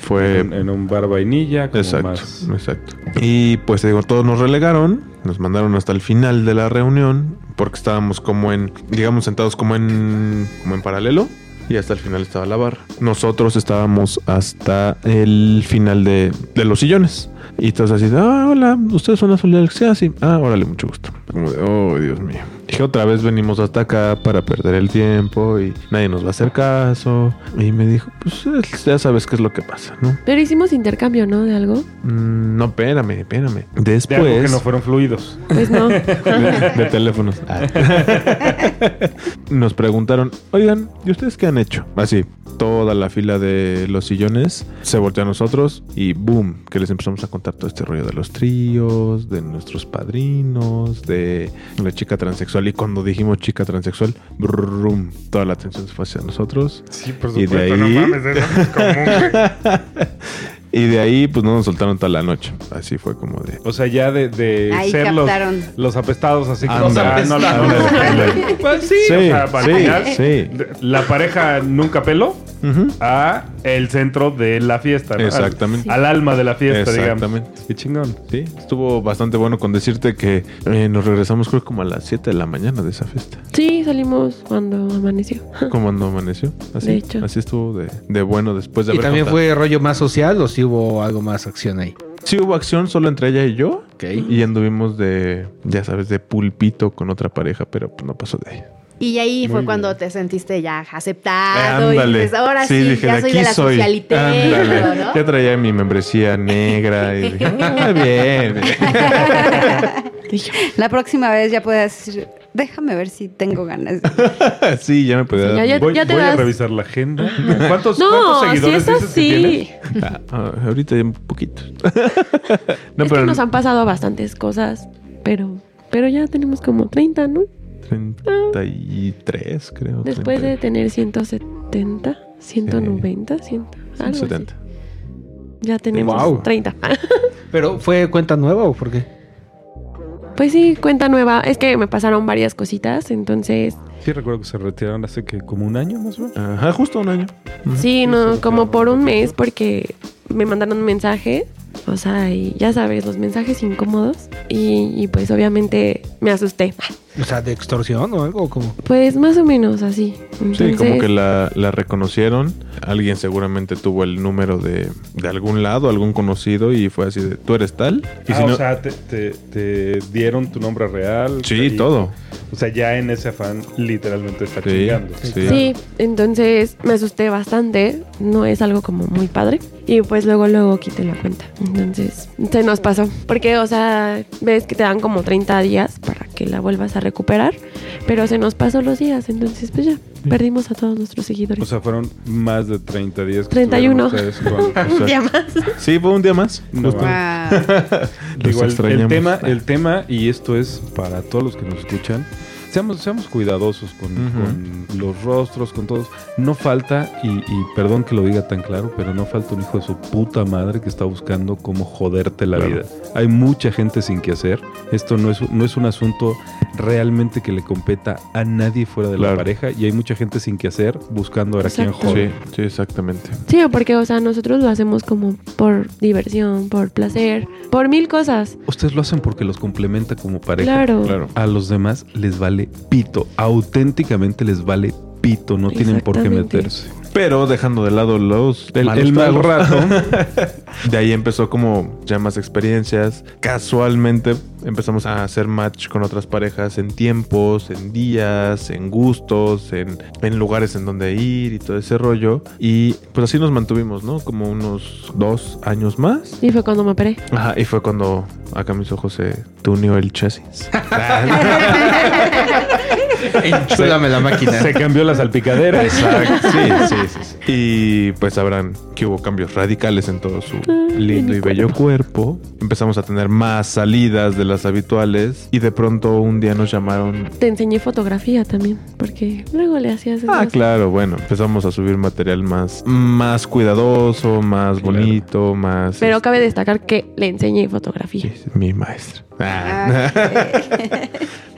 S7: fue
S5: en, en un bar vainilla, como
S7: Exacto,
S5: más...
S7: exacto. Y pues te digo, todos nos relegaron, nos mandaron hasta el final de la reunión, porque estábamos como en, digamos, sentados como en, como en paralelo, y hasta el final estaba la barra. Nosotros estábamos hasta el final de, de los sillones. Y todos así, de, ah, hola, ustedes son las solidarias. Ah, sí. Ah, órale, mucho gusto. Como de, oh, Dios mío. Dije, otra vez venimos hasta acá para perder el tiempo y nadie nos va a hacer caso. Y me dijo, pues es- ya sabes qué es lo que pasa, ¿no?
S6: Pero hicimos intercambio, ¿no? De algo.
S7: Mm, no, espérame, espérame.
S5: De algo que
S7: Después...
S5: no fueron fluidos.
S6: Pues
S7: [laughs]
S6: no.
S7: de teléfonos. Ah. Nos preguntaron, oigan, ¿y ustedes qué han hecho? Así, toda la fila de los sillones se volteó a nosotros y boom, que les empezamos a contar todo este rollo de los tríos, de nuestros padrinos, de la chica transexual. Y cuando dijimos chica transexual, brum, toda la atención se fue hacia nosotros.
S5: Sí, por
S7: ¿Y de
S5: supuesto, no
S7: ahí?
S5: mames, eso es común, güey.
S7: Y de ahí, pues no nos soltaron toda la noche. Así fue como de...
S5: [laughs] O sea, ya de, de
S1: Ahí
S5: ser los,
S1: captaron.
S5: los apestados, así que
S7: Los
S5: Ah, no, la- no la- [laughs] Pues sí, o sea, al
S7: sí,
S5: final,
S7: sí.
S5: la pareja nunca peló
S7: Ujú.
S5: a el centro de la fiesta, ¿no?
S7: Exactamente.
S5: Al, al alma de la fiesta,
S7: Exactamente.
S5: digamos. Qué chingón.
S7: Sí, estuvo bastante bueno con decirte que eh, nos regresamos creo como a las 7 de la mañana de esa fiesta.
S6: Sí, salimos cuando amaneció.
S7: Como cuando amaneció. Así,
S6: De hecho.
S7: así estuvo de, de bueno después de
S4: ¿Y
S7: haber
S4: también
S7: contado.
S4: fue rollo más social o si hubo algo más acción ahí?
S7: Sí hubo acción solo entre ella y yo.
S4: Ok.
S7: Y anduvimos de, ya sabes, de pulpito con otra pareja, pero pues, no pasó de ahí.
S3: Y ahí
S7: Muy
S3: fue
S7: bien.
S3: cuando te sentiste ya aceptado. Y Ah, dices, ahora sí,
S7: dije,
S3: ya soy de la socialité.
S7: Ándale.
S3: ¿no?
S7: Ya traía mi membresía negra y dije, ah, bien. [laughs]
S1: La próxima vez ya puedes decir, déjame ver si tengo ganas.
S5: [laughs]
S7: sí, ya me podía dar.
S6: Sí, ya, ya-
S5: Voy,
S6: te
S5: voy a
S6: vas.
S5: revisar la agenda. ¿Cuántos,
S6: [laughs]
S5: cuántos
S6: No, si
S5: seguidores
S6: es
S5: dices que tienes?
S6: así.
S7: Ah, ah, ahorita ya un poquito. no,
S6: es que nos han pasado bastantes cosas, pero, pero ya tenemos como 30, ¿no?
S7: 33, creo.
S6: Después de
S7: 30,
S6: tener 170, 190, 100, algo así.
S7: 170.
S6: Ya tenemos
S4: Wow.
S6: 30.
S4: ¿Pero fue cuenta nueva o por qué?
S6: [laughs] Pues sí, cuenta nueva. Es que me pasaron varias cositas, entonces
S5: Sí, recuerdo que se retiraron hace que como un año más o menos.
S7: Ajá, justo un año.
S6: Sí,
S5: eso
S6: no,
S5: es
S6: como
S5: claro.
S6: por un mes porque me mandaron un mensaje, o sea, y ya sabes, los mensajes incómodos y, y, pues obviamente me asusté.
S4: O sea, de extorsión o algo como.
S6: Pues más o menos así.
S7: Sí, como
S6: Entonces,
S7: que la, la reconocieron. Alguien seguramente tuvo el número de, de algún lado, algún conocido, y fue así de, tú eres tal. Y
S5: Ah,
S7: si
S5: o
S7: no-
S5: sea, te, te- te dieron tu nombre real.
S7: sí,
S5: y-
S7: todo.
S5: O sea, ya en ese afán literalmente está
S7: Sí,
S5: chingando.
S7: sí.
S6: Sí, entonces me asusté bastante, no es algo como muy padre y pues luego luego quité la cuenta. Entonces, se nos pasó, porque o sea, ves que te dan como 30 días para que la vuelvas a recuperar, pero se nos pasó los días, entonces pues ya perdimos a todos nuestros seguidores.
S5: O sea, fueron más de 30 días. que
S6: 31.
S5: estuvieron ustedes con-
S6: [laughs] un día más.
S7: Sí, fue un día más.
S5: No
S7: Justo.
S5: mames.
S1: Wow.
S7: Los
S5: Digo, el- el,
S7: extrañamos.
S5: tema, el tema, y esto es para todos los que nos escuchan, seamos, seamos cuidadosos con,
S7: Ujú.
S5: con los rostros, con todos. No falta, y, y perdón que lo diga tan claro, pero no falta un hijo de su puta madre que está buscando cómo joderte la
S7: Claro.
S5: vida. Hay mucha gente sin que hacer. Esto no es, no es un asunto realmente que le competa a nadie fuera de
S7: Claro.
S5: la pareja, y hay mucha gente sin que hacer buscando a ver a quién
S6: Exacto.
S5: joder.
S7: Sí, sí, exactamente.
S6: Sí, porque, o sea, nosotros lo hacemos como por diversión, por placer, por mil cosas.
S5: Ustedes lo hacen porque los complementa como pareja.
S6: Claro.
S7: Claro.
S5: A los demás les vale pito. Auténticamente les vale pito. No tienen por qué
S6: Exactamente.
S5: meterse.
S7: Pero dejando de lado los
S5: El,
S7: malos
S5: el mal
S7: tragos.
S5: rato. [laughs]
S7: De ahí empezó como ya más experiencias. Casualmente empezamos a hacer match con otras parejas en tiempos, en días, en gustos, en, en lugares en donde ir y todo ese rollo. Y pues así nos mantuvimos, ¿no? Como unos dos años más.
S6: Y fue cuando me operé.
S7: Ajá, y fue cuando acá mis ojos se tuneó el chasis.
S4: [laughs] Enchúlame la máquina.
S5: se cambió la salpicadera.
S7: Exacto, sí, sí, sí, sí. Y pues sabrán que hubo cambios radicales en todo su lindo y bello cuerpo. Empezamos a tener más salidas de las habituales y de pronto un día nos llamaron.
S6: Te enseñé fotografía también, porque luego le hacías...
S7: Ah,
S6: esas-
S7: claro, bueno, empezamos a subir material más, más cuidadoso, más
S5: Claro.
S7: bonito, más...
S6: Pero
S7: este,
S6: cabe destacar que le enseñé fotografía.
S7: sí, sí, mi maestra. Ah.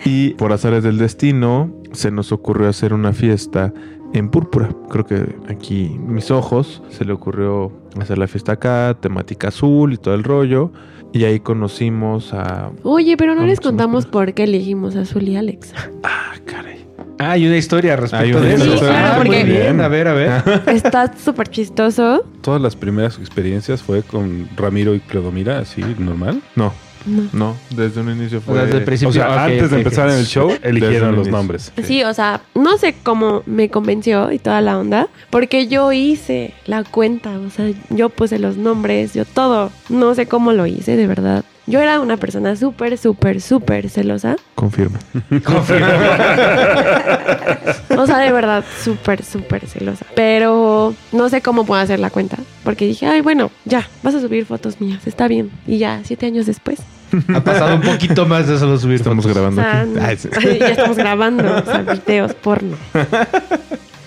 S7: Y por azares del destino, se nos ocurrió hacer una fiesta en púrpura. Creo que aquí mis ojos se le ocurrió hacer la fiesta acá, temática azul y todo el rollo. Y ahí conocimos a.
S6: Oye, pero no
S7: Vamos
S6: les
S7: a
S6: contamos
S7: mostrar.
S6: por qué elegimos a Azul y Alex. [laughs]
S7: Ah, caray.
S4: Ah, hay una historia respecto
S7: Hay una
S4: de eso.
S6: historia. Sí, claro,
S4: Ah, muy
S6: porque-
S4: bien. A ver, a ver.
S6: Está súper chistoso.
S5: Todas las primeras experiencias fue con Ramiro y Clodomira, así, normal.
S7: No,
S6: No.
S7: No, desde un inicio fue.
S4: desde el
S5: O
S4: principio.
S5: sea,
S4: Ah, ok,
S5: antes
S4: ok,
S5: de
S4: ok.
S5: empezar en
S4: [laughs]
S5: el show, [laughs]
S7: Desde
S5: eligieron
S7: el
S5: los
S7: inicio.
S5: nombres.
S7: Sí.
S6: Sí, o sea, no sé cómo me convenció y toda la onda, porque yo hice la cuenta, o sea, yo puse los nombres, yo todo, no sé cómo lo hice, de verdad. Yo era una persona súper, súper, súper celosa.
S7: Confirma.
S6: O sea, de verdad, [laughs] súper, súper celosa. Pero no sé cómo puedo hacer la cuenta. Porque dije, ay, bueno, ya, vas a subir fotos mías, está bien. Y ya, siete años después.
S4: Ha pasado un poquito más de solo subir.
S7: Estamos
S4: fotos.
S7: grabando
S6: Ah,
S7: aquí.
S6: no.
S7: Ay, sí.
S6: ya estamos grabando, o sea, videos porno.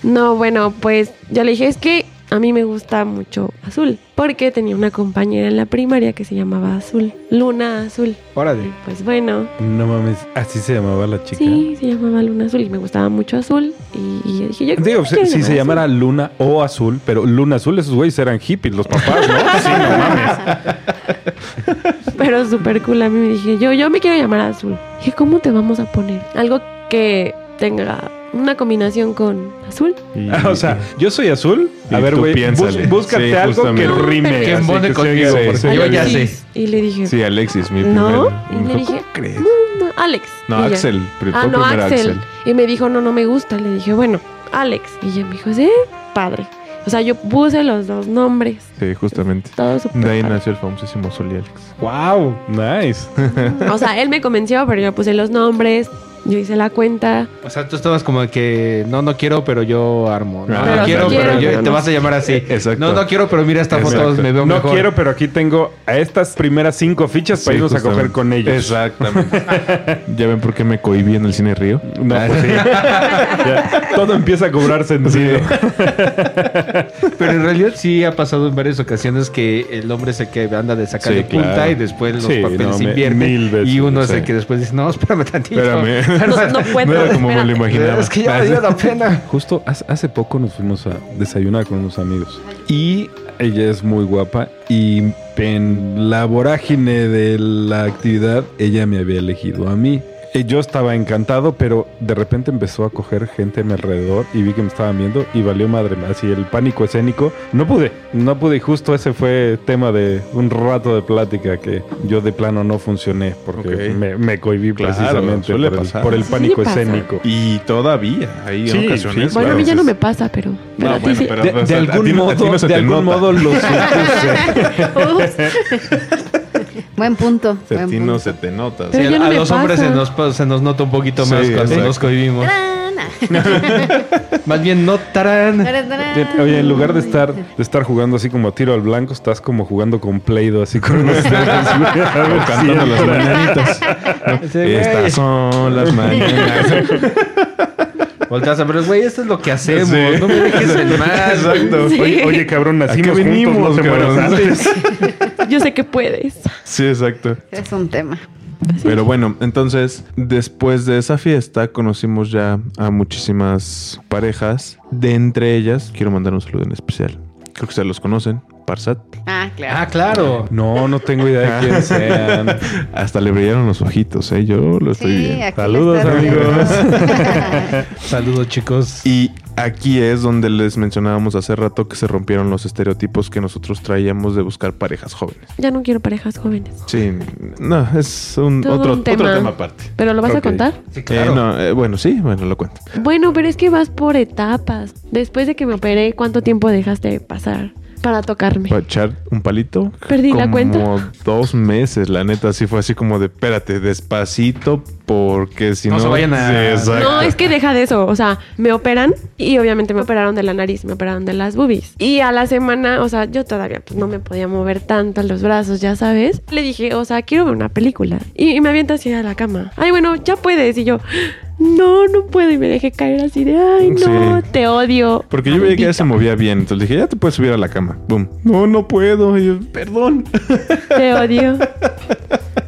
S6: No, bueno, pues yo le dije, es que a mí me gusta mucho Azul, porque tenía una compañera en la primaria que se llamaba Azul, Luna Azul. Y
S4: Órale.
S6: pues bueno,
S5: No mames, así se llamaba la chica.
S6: sí, se llamaba Luna Azul y me gustaba mucho Azul. Y, y yo dije, yo creo
S5: Digo,
S6: que
S5: si,
S6: quiero
S5: si se
S6: llamar
S5: llamara Luna o Azul, pero Luna Azul, esos güeyes eran hippies, los papás, ¿no? [laughs] Sí, no mames.
S6: Azul. [laughs] Pero súper cool, a mí me dije, yo, yo me quiero llamar Azul. Dije, ¿cómo te vamos a poner? Algo que tenga una combinación con Azul.
S7: Y-
S5: Ah, [laughs] O sea, yo soy azul. A
S7: Y
S5: ver,
S7: tú
S5: güey,
S7: piénsale.
S5: bus- búscate
S7: Sí,
S5: algo
S7: justamente.
S5: que rime.
S6: Que
S5: así
S4: embone
S5: se oiga
S4: contigo,
S5: de-
S4: porque
S5: se
S4: yo
S5: oiga
S4: ya
S5: de-
S4: sé.
S6: Y le dije,
S7: Sí, Alexis, mi
S6: ¿No?
S7: primer-
S6: Y le
S7: ¿Cómo
S6: dije,
S7: crees?
S6: "No, no, Alex.
S7: No,
S6: Y ya.
S7: Axel. pri-
S6: Ah,
S7: fue
S6: no,
S7: primero
S6: Axel. Y me dijo, no, no me gusta. Le dije, bueno, Alex. Y ella me dijo, sí, padre. O sea, yo puse los dos nombres.
S7: Sí, justamente.
S6: Todo súper
S7: De ahí
S6: padre.
S7: nació el famosísimo Sol y Alex.
S5: Wow,
S7: [laughs]
S5: nice.
S6: [laughs] O sea, él me convenció, pero yo puse los nombres. Yo hice la cuenta.
S7: [laughs]
S4: O sea, tú estabas como que no, no quiero, pero yo armo. No,
S7: Ah,
S4: no
S7: exacto.
S4: quiero,
S7: Quiero,
S4: pero yo
S6: pero
S4: te
S6: no.
S4: vas a llamar así.
S7: [laughs] Exacto.
S4: No, no quiero, pero mira esta foto,
S7: Exacto.
S4: me veo
S5: no
S4: mejor.
S5: quiero, pero aquí tengo a estas primeras cinco fichas para
S7: Sí,
S5: irnos a coger
S7: justamente.
S5: con ellos.
S7: Exactamente.
S5: [laughs]
S7: ¿Ya ven por qué me cohibí en el Cine Río?
S5: No, pues
S7: [laughs]
S5: sí. Ya, todo empieza a cobrar sentido.
S4: Pero en realidad sí ha pasado en varias ocasiones que el hombre es el que anda de sacar
S7: Sí,
S4: de punta
S7: claro.
S4: y después los
S5: Sí,
S4: papeles
S5: no,
S4: se
S5: me-
S4: invierten.
S5: mil veces,
S4: y uno es
S5: sí.
S4: el que después dice, no, espérame tantito. [laughs]
S7: Espérame.
S6: No, no puedo.
S7: No era como me lo
S6: espérate.
S7: imaginaba.
S4: Es que ya me dio la pena.
S5: Justo hace hace poco nos fuimos a desayunar con unos amigos. Y ella es muy guapa. Y en la vorágine de la actividad, ella me había elegido a mí. Y Yo estaba encantado, pero de repente empezó a coger gente a mi alrededor y vi que me estaban viendo y valió madre. Así el pánico escénico. No pude, no pude. Y justo ese fue tema de un rato de plática que yo de plano no funcioné porque
S7: Ok.
S5: me, me cohibí
S7: Claro,
S5: precisamente
S7: suele
S5: por el,
S7: pasar.
S5: por el
S6: Sí,
S5: pánico
S6: pasa.
S5: escénico.
S7: Y todavía hay
S5: Sí,
S7: ocasiones. pues,
S5: sí,
S6: Bueno, a mí
S5: claro,
S6: ya no
S7: entonces-
S6: me pasa, pero. pero
S7: No,
S6: a ti
S7: bueno,
S6: sí.
S7: [laughs] pero
S5: De,
S7: o sea,
S5: de
S7: a ti
S5: algún
S7: no- a ti
S5: modo,
S7: no se
S5: de
S7: te
S5: algún
S7: nota.
S5: modo
S7: [laughs]
S5: lo supuse.
S1: Buen punto.
S7: O sea, a
S1: buen
S7: ti
S1: punto.
S7: no se te nota.
S6: Pero
S4: Sí,
S6: ya no
S4: a
S6: me
S4: los
S6: pasa.
S4: hombres se nos, pa- se nos nota un poquito
S7: Sí,
S4: más cuando
S7: exacto.
S4: nos cohibimos.
S1: Tarán, ah,
S4: Más bien no tarán.
S1: tarán, tarán.
S5: Oye, en lugar de estar, de estar jugando así como tiro al blanco, estás como jugando con Play-Doh, así con los dedos, güey, a ver
S7: O cantando
S5: si
S7: las
S5: entra.
S7: mañanitas.
S4: Sí, güey.
S7: Estas son las
S5: [laughs]
S7: mañanas.
S4: [laughs] Volteas a ver, güey, esto es lo que hacemos.
S7: Sí.
S4: No me dejes [laughs] en más.
S7: Exacto.
S5: Oye, oye, cabrón, nacimos
S7: qué
S5: juntos,
S7: vinimos,
S5: no te mueras
S7: cabrón?
S5: antes.
S6: Yo sé que puedes.
S7: [laughs] Sí, exacto.
S1: Es un tema.
S7: Pero bueno, entonces, después de esa fiesta, conocimos ya a muchísimas parejas. De entre ellas, quiero mandar un saludo en especial. Creo que ustedes los conocen. Parsat.
S1: Ah, claro.
S4: Ah, claro.
S5: No, no tengo idea de
S7: [laughs]
S5: quién sean.
S7: Hasta le brillaron los ojitos, ¿eh? Yo lo estoy
S1: Sí,
S7: viendo.
S1: aquí
S5: Saludos,
S1: está bien. [laughs]
S4: Saludos, chicos.
S7: Y aquí es donde les mencionábamos hace rato que se rompieron los estereotipos que nosotros traíamos de buscar parejas jóvenes.
S6: Ya no quiero parejas jóvenes.
S7: Sí, no, es un
S6: Todo
S7: otro,
S6: un tema.
S7: otro tema aparte.
S6: ¿Pero lo vas
S7: Ok.
S6: a contar?
S4: Sí,
S7: Eh, no, eh, bueno, sí, bueno, lo cuento.
S6: Bueno, pero es que vas por etapas. Después de que me operé, ¿cuánto tiempo dejaste pasar para tocarme?
S7: Para echar un palito.
S6: Perdí la cuenta.
S7: Como dos meses, la neta, sí fue así como de, espérate, despacito, porque si no...
S4: No se vayan a-
S7: Sí, exacto.
S6: No, es que deja de eso. O sea, me operan y obviamente me operaron de la nariz, me operaron de las boobies. Y a la semana, o sea, yo todavía pues, no me podía mover tanto los brazos, ya sabes. Le dije, o sea, quiero ver una película. Y, y me avienta así a la cama. Ay, bueno, ya puedes. Y yo, no, no puedo. Y me dejé caer así de, ay, no,
S7: Sí.
S6: te odio.
S7: Porque yo veía que
S6: maldito".
S7: ella se movía bien, entonces dije, ya te puedes subir a la cama. Boom. No, no puedo. Y yo, perdón. [laughs]
S6: Te odio.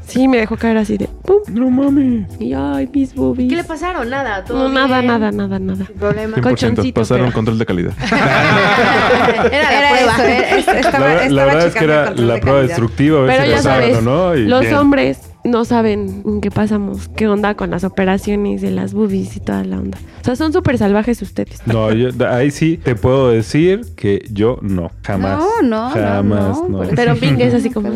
S6: Sí, me dejó caer así de, pum.
S7: No mames.
S6: Y yo, ay, mis
S3: [laughs]
S6: boobies.
S3: ¿Qué le pasaron? Nada, todo
S6: No, nada,
S3: bien.
S6: nada, nada, nada.
S3: Sin problema.
S7: 100%
S6: Colchoncito,
S7: pasaron
S6: pero-
S7: control de calidad.
S5: [laughs]
S1: Era, la
S3: Era
S1: prueba.
S3: eso,
S1: era- es- [laughs]
S5: La,
S1: estaba-
S5: ver- la
S1: estaba
S5: verdad es que
S1: checando el
S5: era
S1: control
S5: la
S1: de
S5: prueba
S1: calidad.
S5: destructiva. a ver
S6: Pero
S5: si
S6: ya
S5: pasaron
S6: sabes,
S5: o ¿no? Y
S6: los
S5: bien.
S6: hombres no saben en qué pasamos, qué onda con las operaciones de las boobies y toda la onda. O sea, son súper salvajes ustedes.
S5: No, yo, ahí sí te puedo decir que yo no, jamás.
S1: No, no, no,
S5: jamás.
S1: no, por-
S6: Pero Ping es así como, "Ah,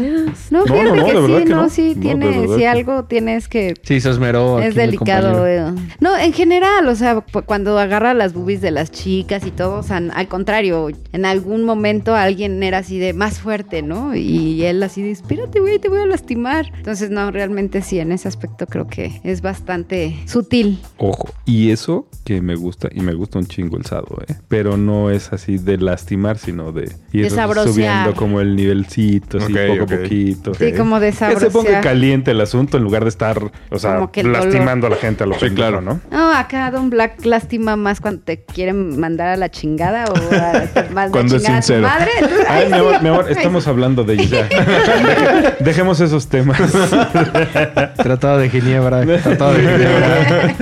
S1: No,
S5: No,
S1: fíjate
S5: no, no, de
S1: que
S5: verdad
S1: sí,
S5: que
S1: no,
S5: no.
S1: sí,
S5: No, pues, de
S1: tienes,
S5: verdad
S1: si
S5: que-
S1: algo tienes que
S4: Sí, se esmeró.
S1: Es
S4: aquí mi
S1: delicado.
S4: compañero.
S1: eh. No, en general, o sea, cu- cuando agarra las boobies de las chicas y todo, o sea, n- al contrario, en algún momento alguien era así de más fuerte, ¿no? Y él así de, espérate, güey, te voy a lastimar. Entonces, no, realmente sí, en ese aspecto creo que es bastante sutil.
S5: Ojo, y eso que me gusta, y me gusta un chingo el sado, ¿eh? Pero no es así de lastimar, sino de ir
S1: De sabrosear.
S5: subiendo como el nivelcito, así
S7: Ok,
S5: poco
S7: ok.
S5: a poquito.
S1: Sí, como de
S5: Que se ponga
S1: sabrosear.
S5: caliente el asunto en lugar de estar, o sea,
S1: Como que el dolor.
S5: lastimando a la gente a lo
S7: Sí,
S5: pendejo,
S7: claro.
S5: ¿no?
S1: No, acá Don Black lastima más cuando te quieren mandar a la chingada o a, más de
S7: Cuando es
S1: chingada a tu
S7: sincero. [laughs]
S1: madre. Entonces, ahí
S5: Ay, mi amor,
S1: sí,
S5: mi amor,
S1: ahí sí.
S5: estamos hablando
S1: [laughs]
S5: de ella. Deje- Dejemos esos temas.
S4: Tratado de [laughs] Ginebra. Tratado de Ginebra.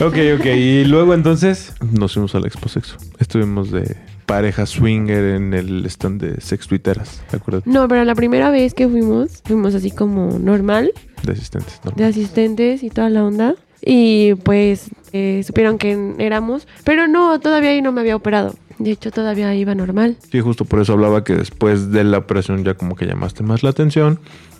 S5: ok, ok. Y luego entonces.
S7: Nos fuimos al Expo Sexo. Estuvimos de pareja swinger en el stand de sex tuiteras, ¿te acuerdas?
S6: No, pero la primera vez que fuimos, fuimos así como normal,
S7: De asistentes, ¿no?
S6: de asistentes y toda la onda. Y pues eh, supieron que éramos, pero no, todavía ahí no me había operado. De hecho, todavía iba normal.
S7: Sí, justo por eso hablaba que después de la operación ya como que llamaste más la atención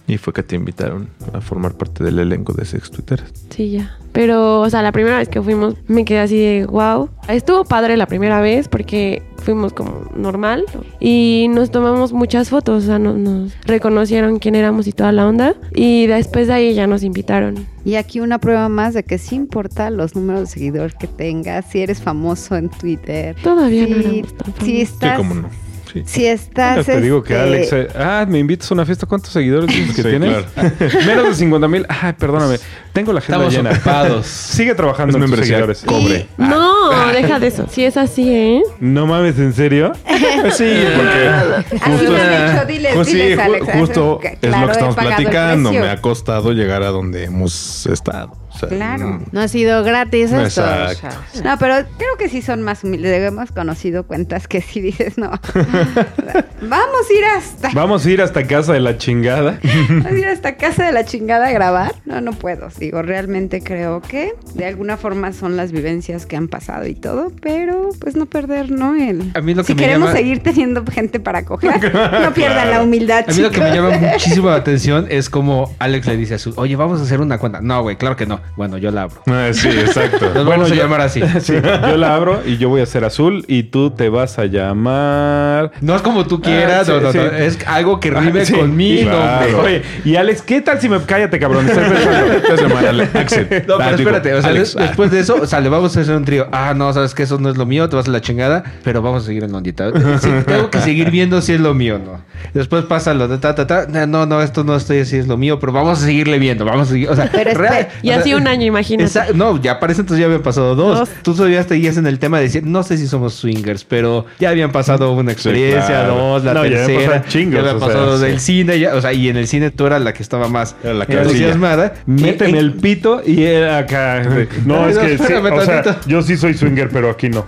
S7: y fue que te invitaron a formar parte del elenco de sex tuiteras.
S6: Sí, ya. Pero, o sea, la primera vez que fuimos me quedé así de wow. Estuvo padre la primera vez porque fuimos como normal y nos tomamos muchas fotos, o sea, no- nos reconocieron quién éramos y toda la onda. Y después de ahí ya nos invitaron.
S1: Y aquí una prueba más de que sí importa los números de seguidor que tengas, si eres famoso en Twitter.
S6: Todavía no
S1: si,
S6: éramos tan
S1: si
S6: famosos.
S1: estás,
S7: Sí, cómo no. Sí.
S1: Si estás.
S5: te digo que
S1: este,
S5: Alex. eh, Ah, me invitas a una fiesta. ¿Cuántos
S7: [laughs]
S5: seguidores dices que
S7: Sí,
S5: tienes? [laughs] Menos de 50 mil. Ay, perdóname. Tengo la agenda
S4: Estamos
S5: llena.
S4: ocupados.
S5: [laughs] Sigue trabajando
S7: Es
S5: en tus
S7: membresía.
S5: seguidores.
S7: Cobre.
S6: No, deja de eso. Si es así, ¿eh?
S5: No mames, ¿en serio?
S7: Sí, porque
S1: Ah,
S7: justo,
S1: me han dicho, diles,
S7: Pues sí,
S1: diles,
S7: ju-
S1: Alex,
S7: justo
S1: que-
S7: es lo
S1: claro,
S7: que
S1: he
S7: estamos
S1: pagado el
S7: platicando.
S1: precio.
S7: Me ha costado llegar a donde hemos estado. O sea,
S1: Claro.
S7: mm,
S3: No ha sido gratis esto.
S7: Exacto.
S3: o sea.
S1: No, pero creo que sí son más humildes. Hemos conocido cuentas que sí dices,
S7: [laughs]
S1: no. Vamos a ir hasta.
S5: Vamos a ir hasta casa de la chingada.
S1: [laughs] Vamos a ir hasta casa de la chingada a grabar. No, no puedo. Digo, realmente creo que de alguna forma son las vivencias que han pasado y todo, pero pues no perder, ¿no? El...
S4: A mí lo que
S1: si
S4: me
S1: queremos
S4: llama-
S1: seguir teniendo gente para coger,
S4: [laughs]
S1: no pierdan la humildad.
S4: A mí lo que
S1: chicos.
S4: me llama muchísimo la atención es como Alex le dice a su, oye, vamos a hacer una cuenta. No, güey, claro que no. Bueno, yo la abro.
S7: [laughs] ah, sí, exacto.
S4: Nos vamos a llamar así.
S5: [laughs] Sí, yo la abro y yo voy a ser azul y tú te vas a llamar.
S4: No es como tú quieras,
S5: Ah, sí,
S4: no, no,
S5: sí.
S4: no, es algo que rime
S5: Ah, sí,
S4: con mi
S7: claro.
S4: nombre.
S5: Oye, y Alex, ¿qué tal si me. Cállate, cabrón. estoy pensando.
S7: [laughs] Te vas a llamar Ale- Axel.
S4: No,
S7: Ah,
S4: pero
S7: digo,
S4: espérate, o sea,
S7: Alex.
S4: des- después de eso, o sea, le vamos a hacer un trío. Ah, no, sabes que eso no es lo mío, te vas a la chingada, pero vamos a seguir en la [laughs] ondita. Sí, tengo que seguir viendo si es lo mío o no. Después pasa lo de ta, ta, ta. No, no, esto no estoy así, es lo mío, pero vamos a seguirle viendo, vamos a seguir. O sea,
S1: Pero espera,
S4: real-
S6: Y
S4: o sea,
S6: así un año, imagínate.
S4: Exacto. No, ya parece entonces ya habían pasado dos.
S6: Dos.
S4: Tú todavía seguías en el tema de decir, no sé si somos swingers, pero ya habían pasado una experiencia,
S7: claro.
S4: dos, la
S5: No, ya habían
S4: tercera.
S5: pasado chingos,
S4: ya habían
S5: o sea,
S4: pasado
S5: sí.
S4: del cine, ya- o sea, y en el cine tú eras la que estaba más
S7: Era la cabecilla.
S4: entusiasmada.
S5: Méteme
S4: Eh, [laughs]
S5: el pito y él acá. No,
S4: Ay,
S5: es
S4: no,
S5: que sí,
S4: espérame
S5: o sea,
S4: tantito.
S5: yo sí soy swinger, pero aquí no.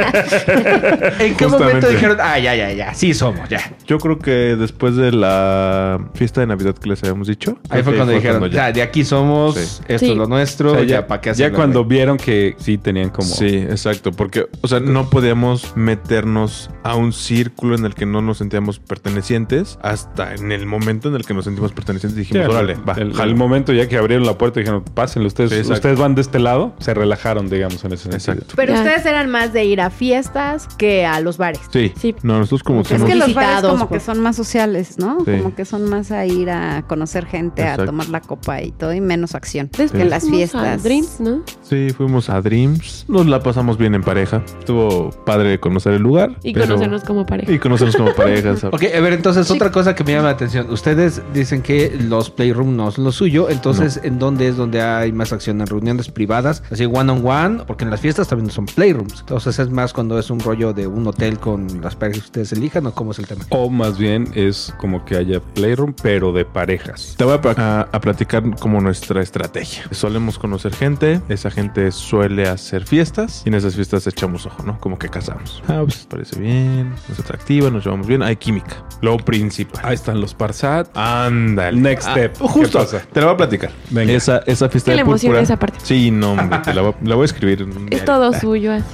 S4: ¿En qué momento
S7: Justamente.
S4: dijeron, ah, ya, ya, ya, sí somos, ya?
S7: Yo creo que después de la fiesta de Navidad que les habíamos dicho.
S4: Ahí fue cuando dijeron,
S7: ya.
S4: ya, de aquí somos,
S7: Sí.
S4: esto
S6: Sí.
S4: es lo nuestro,
S5: O sea,
S4: ya, para qué hacerlo,
S5: ya cuando
S4: güey?
S5: vieron que sí tenían como.
S7: Sí, exacto, porque, o sea, no podíamos meternos a un círculo en el que no nos sentíamos pertenecientes hasta en el momento en el que nos sentimos pertenecientes
S5: Sí,
S7: dijimos,
S5: al-
S7: órale, va,
S5: al-
S7: jalo".
S5: al momento ya que abrieron la puerta dijeron, pásenle ustedes,
S7: Sí, exacto.
S5: ustedes van de este lado, se relajaron, digamos, en ese sentido.
S7: Exacto.
S3: Pero
S6: Ya.
S3: ustedes eran más de ir a fiestas que a los bares.
S7: Sí.
S6: Sí.
S7: No, nosotros como
S1: Es
S7: somos...
S1: que los bares
S3: Visitados,
S1: como que
S3: pues.
S1: son más sociales, ¿no?
S7: Sí.
S1: Como que son más a ir a conocer gente,
S7: Exacto.
S1: a tomar la copa y todo, y menos acción
S6: Después
S1: que las
S6: fuimos a
S1: fiestas.
S6: Dreams, ¿no?
S7: Sí, fuimos a Dreams, nos la pasamos bien en pareja. Estuvo padre conocer el lugar.
S6: Y
S7: pero-
S6: conocernos como pareja.
S7: Y conocernos como
S6: [laughs]
S7: pareja. ¿sabes?
S4: Ok, a ver, entonces otra cosa que me llama la atención. Ustedes dicen que los playroom no son lo suyo, entonces ¿en dónde es donde hay más acción? ¿En reuniones privadas? Así one on one, porque en las fiestas también son playrooms. Entonces es más cuando es un rollo de un hotel con las parejas que ustedes elijan o cómo es el tema.
S5: O más bien es como que haya playroom, pero de parejas.
S7: Te voy a, pra- a- a platicar como nuestra nuestra estrategia. Solemos conocer gente, esa gente suele hacer fiestas y en esas fiestas echamos ojo, ¿no? Como que casamos. Ah, pues parece bien, es atractiva, nos llevamos bien, hay química. Lo principal.
S5: Ahí están los Parsat.
S7: Ándale.
S5: Next step.
S7: Justo.
S5: ¿Qué pasa?
S7: Te la voy a platicar.
S5: Venga.
S7: Esa, esa fiesta
S6: Que
S7: de
S6: le emociona
S7: púrpura.
S6: esa parte.
S7: Sí, no, hombre. te la, voy, la voy a escribir. en un
S6: [laughs] Es
S7: diario.
S6: todo suyo, así.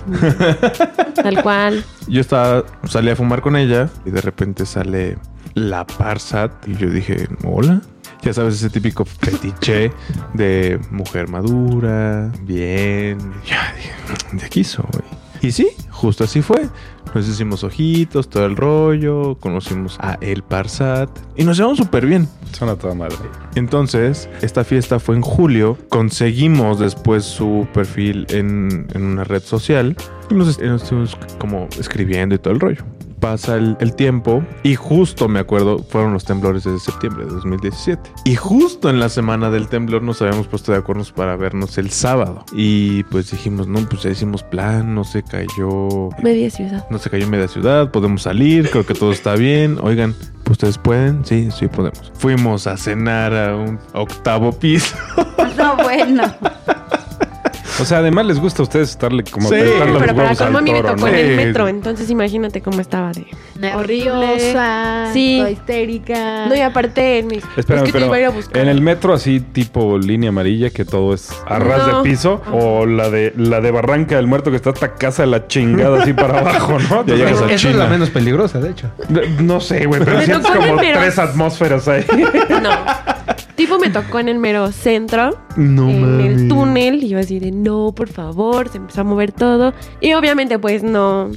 S6: Tal cual.
S7: Yo estaba, salí a fumar con ella y de repente sale la Parsat y yo dije, hola. Ya sabes, ese típico fetiche de mujer madura, bien. Ya dije, de aquí soy. Y sí, justo así fue. Nos hicimos ojitos, todo el rollo, conocimos a el Parsat y nos llevamos súper bien.
S5: Suena toda madre.
S7: Entonces, esta fiesta fue en julio. Conseguimos después su perfil en, en una red social. Y nos, est- nos estuvimos como escribiendo y todo el rollo. Pasa el, el tiempo y justo me acuerdo fueron los temblores de septiembre de 2017. Y justo en la semana del temblor nos habíamos puesto de acuerdo para vernos el sábado. Y pues dijimos, no, pues ya hicimos plan, no se cayó
S6: Media ciudad.
S7: no se cayó en media ciudad, podemos salir, creo que todo está bien. Oigan, ¿ustedes pueden? Sí, sí podemos. Fuimos a cenar a un octavo piso.
S1: No, bueno. [laughs]
S5: O sea, además les gusta a ustedes estarle como
S7: Sí.
S5: apretar los
S6: Pero para
S5: huevos al
S6: cómo a mí me
S5: toro,
S6: tocó
S5: ¿no?
S6: en
S7: Sí.
S6: el metro, entonces imagínate cómo estaba de...
S3: Horriblosa,
S6: Sí.
S3: toda histérica.
S6: No, y aparte él me dijo,
S5: Espérame,
S6: es que te
S5: pero
S6: iba a ir a buscar.
S5: en el metro así tipo línea amarilla que todo es a ras
S6: No.
S5: de piso o la de la de Barranca del Muerto que está hasta casa de la chingada así
S6: [laughs]
S5: para abajo, ¿no?
S7: Ya llegas a
S4: Esa es
S7: China.
S4: la menos peligrosa, de hecho.
S5: No sé, güey, pero
S6: Me
S5: sientes
S6: tocó en el
S5: como
S6: mero-
S5: tres atmósferas ahí.
S6: [laughs] No. Tipo me tocó en el mero centro,
S7: No
S6: en el
S7: mames.
S6: túnel, y yo así de no, por favor, se empezó a mover todo. Y obviamente, pues no.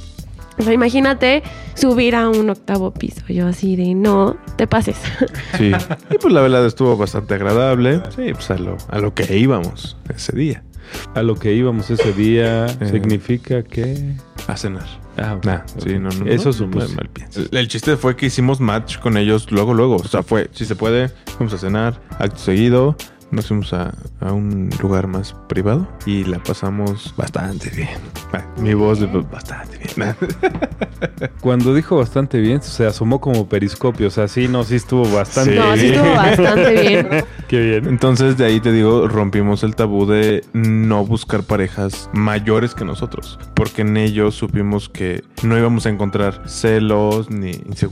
S6: O sea, imagínate subir a un octavo piso. Yo así de no, te pases. [laughs]
S7: Sí. Y pues la velada estuvo bastante agradable. Sí, pues a lo, a lo que íbamos ese día.
S5: A lo que íbamos ese día significa que
S7: A cenar.
S5: Ah, ok.
S7: Nah,
S5: Ok.
S7: sí, no, no.
S5: Eso
S7: no,
S5: supuse.
S7: no, mal piensas. El, el chiste fue que hicimos match con ellos luego, luego. O sea, fue, si se puede, vamos a cenar, acto seguido. Nos fuimos a, a un lugar más privado y la pasamos bastante bien. Bah, Mi voz de bastante bien. [laughs] Nah.
S5: cuando dijo bastante bien, se asomó como periscopio, o sea, sí, no, sí estuvo bastante
S6: No,
S5: [laughs]
S6: sí estuvo bastante bien.
S5: Qué bien.
S7: Entonces de ahí te digo, rompimos el tabú de no buscar parejas mayores que nosotros, porque en ellos supimos que no íbamos a encontrar celos, ni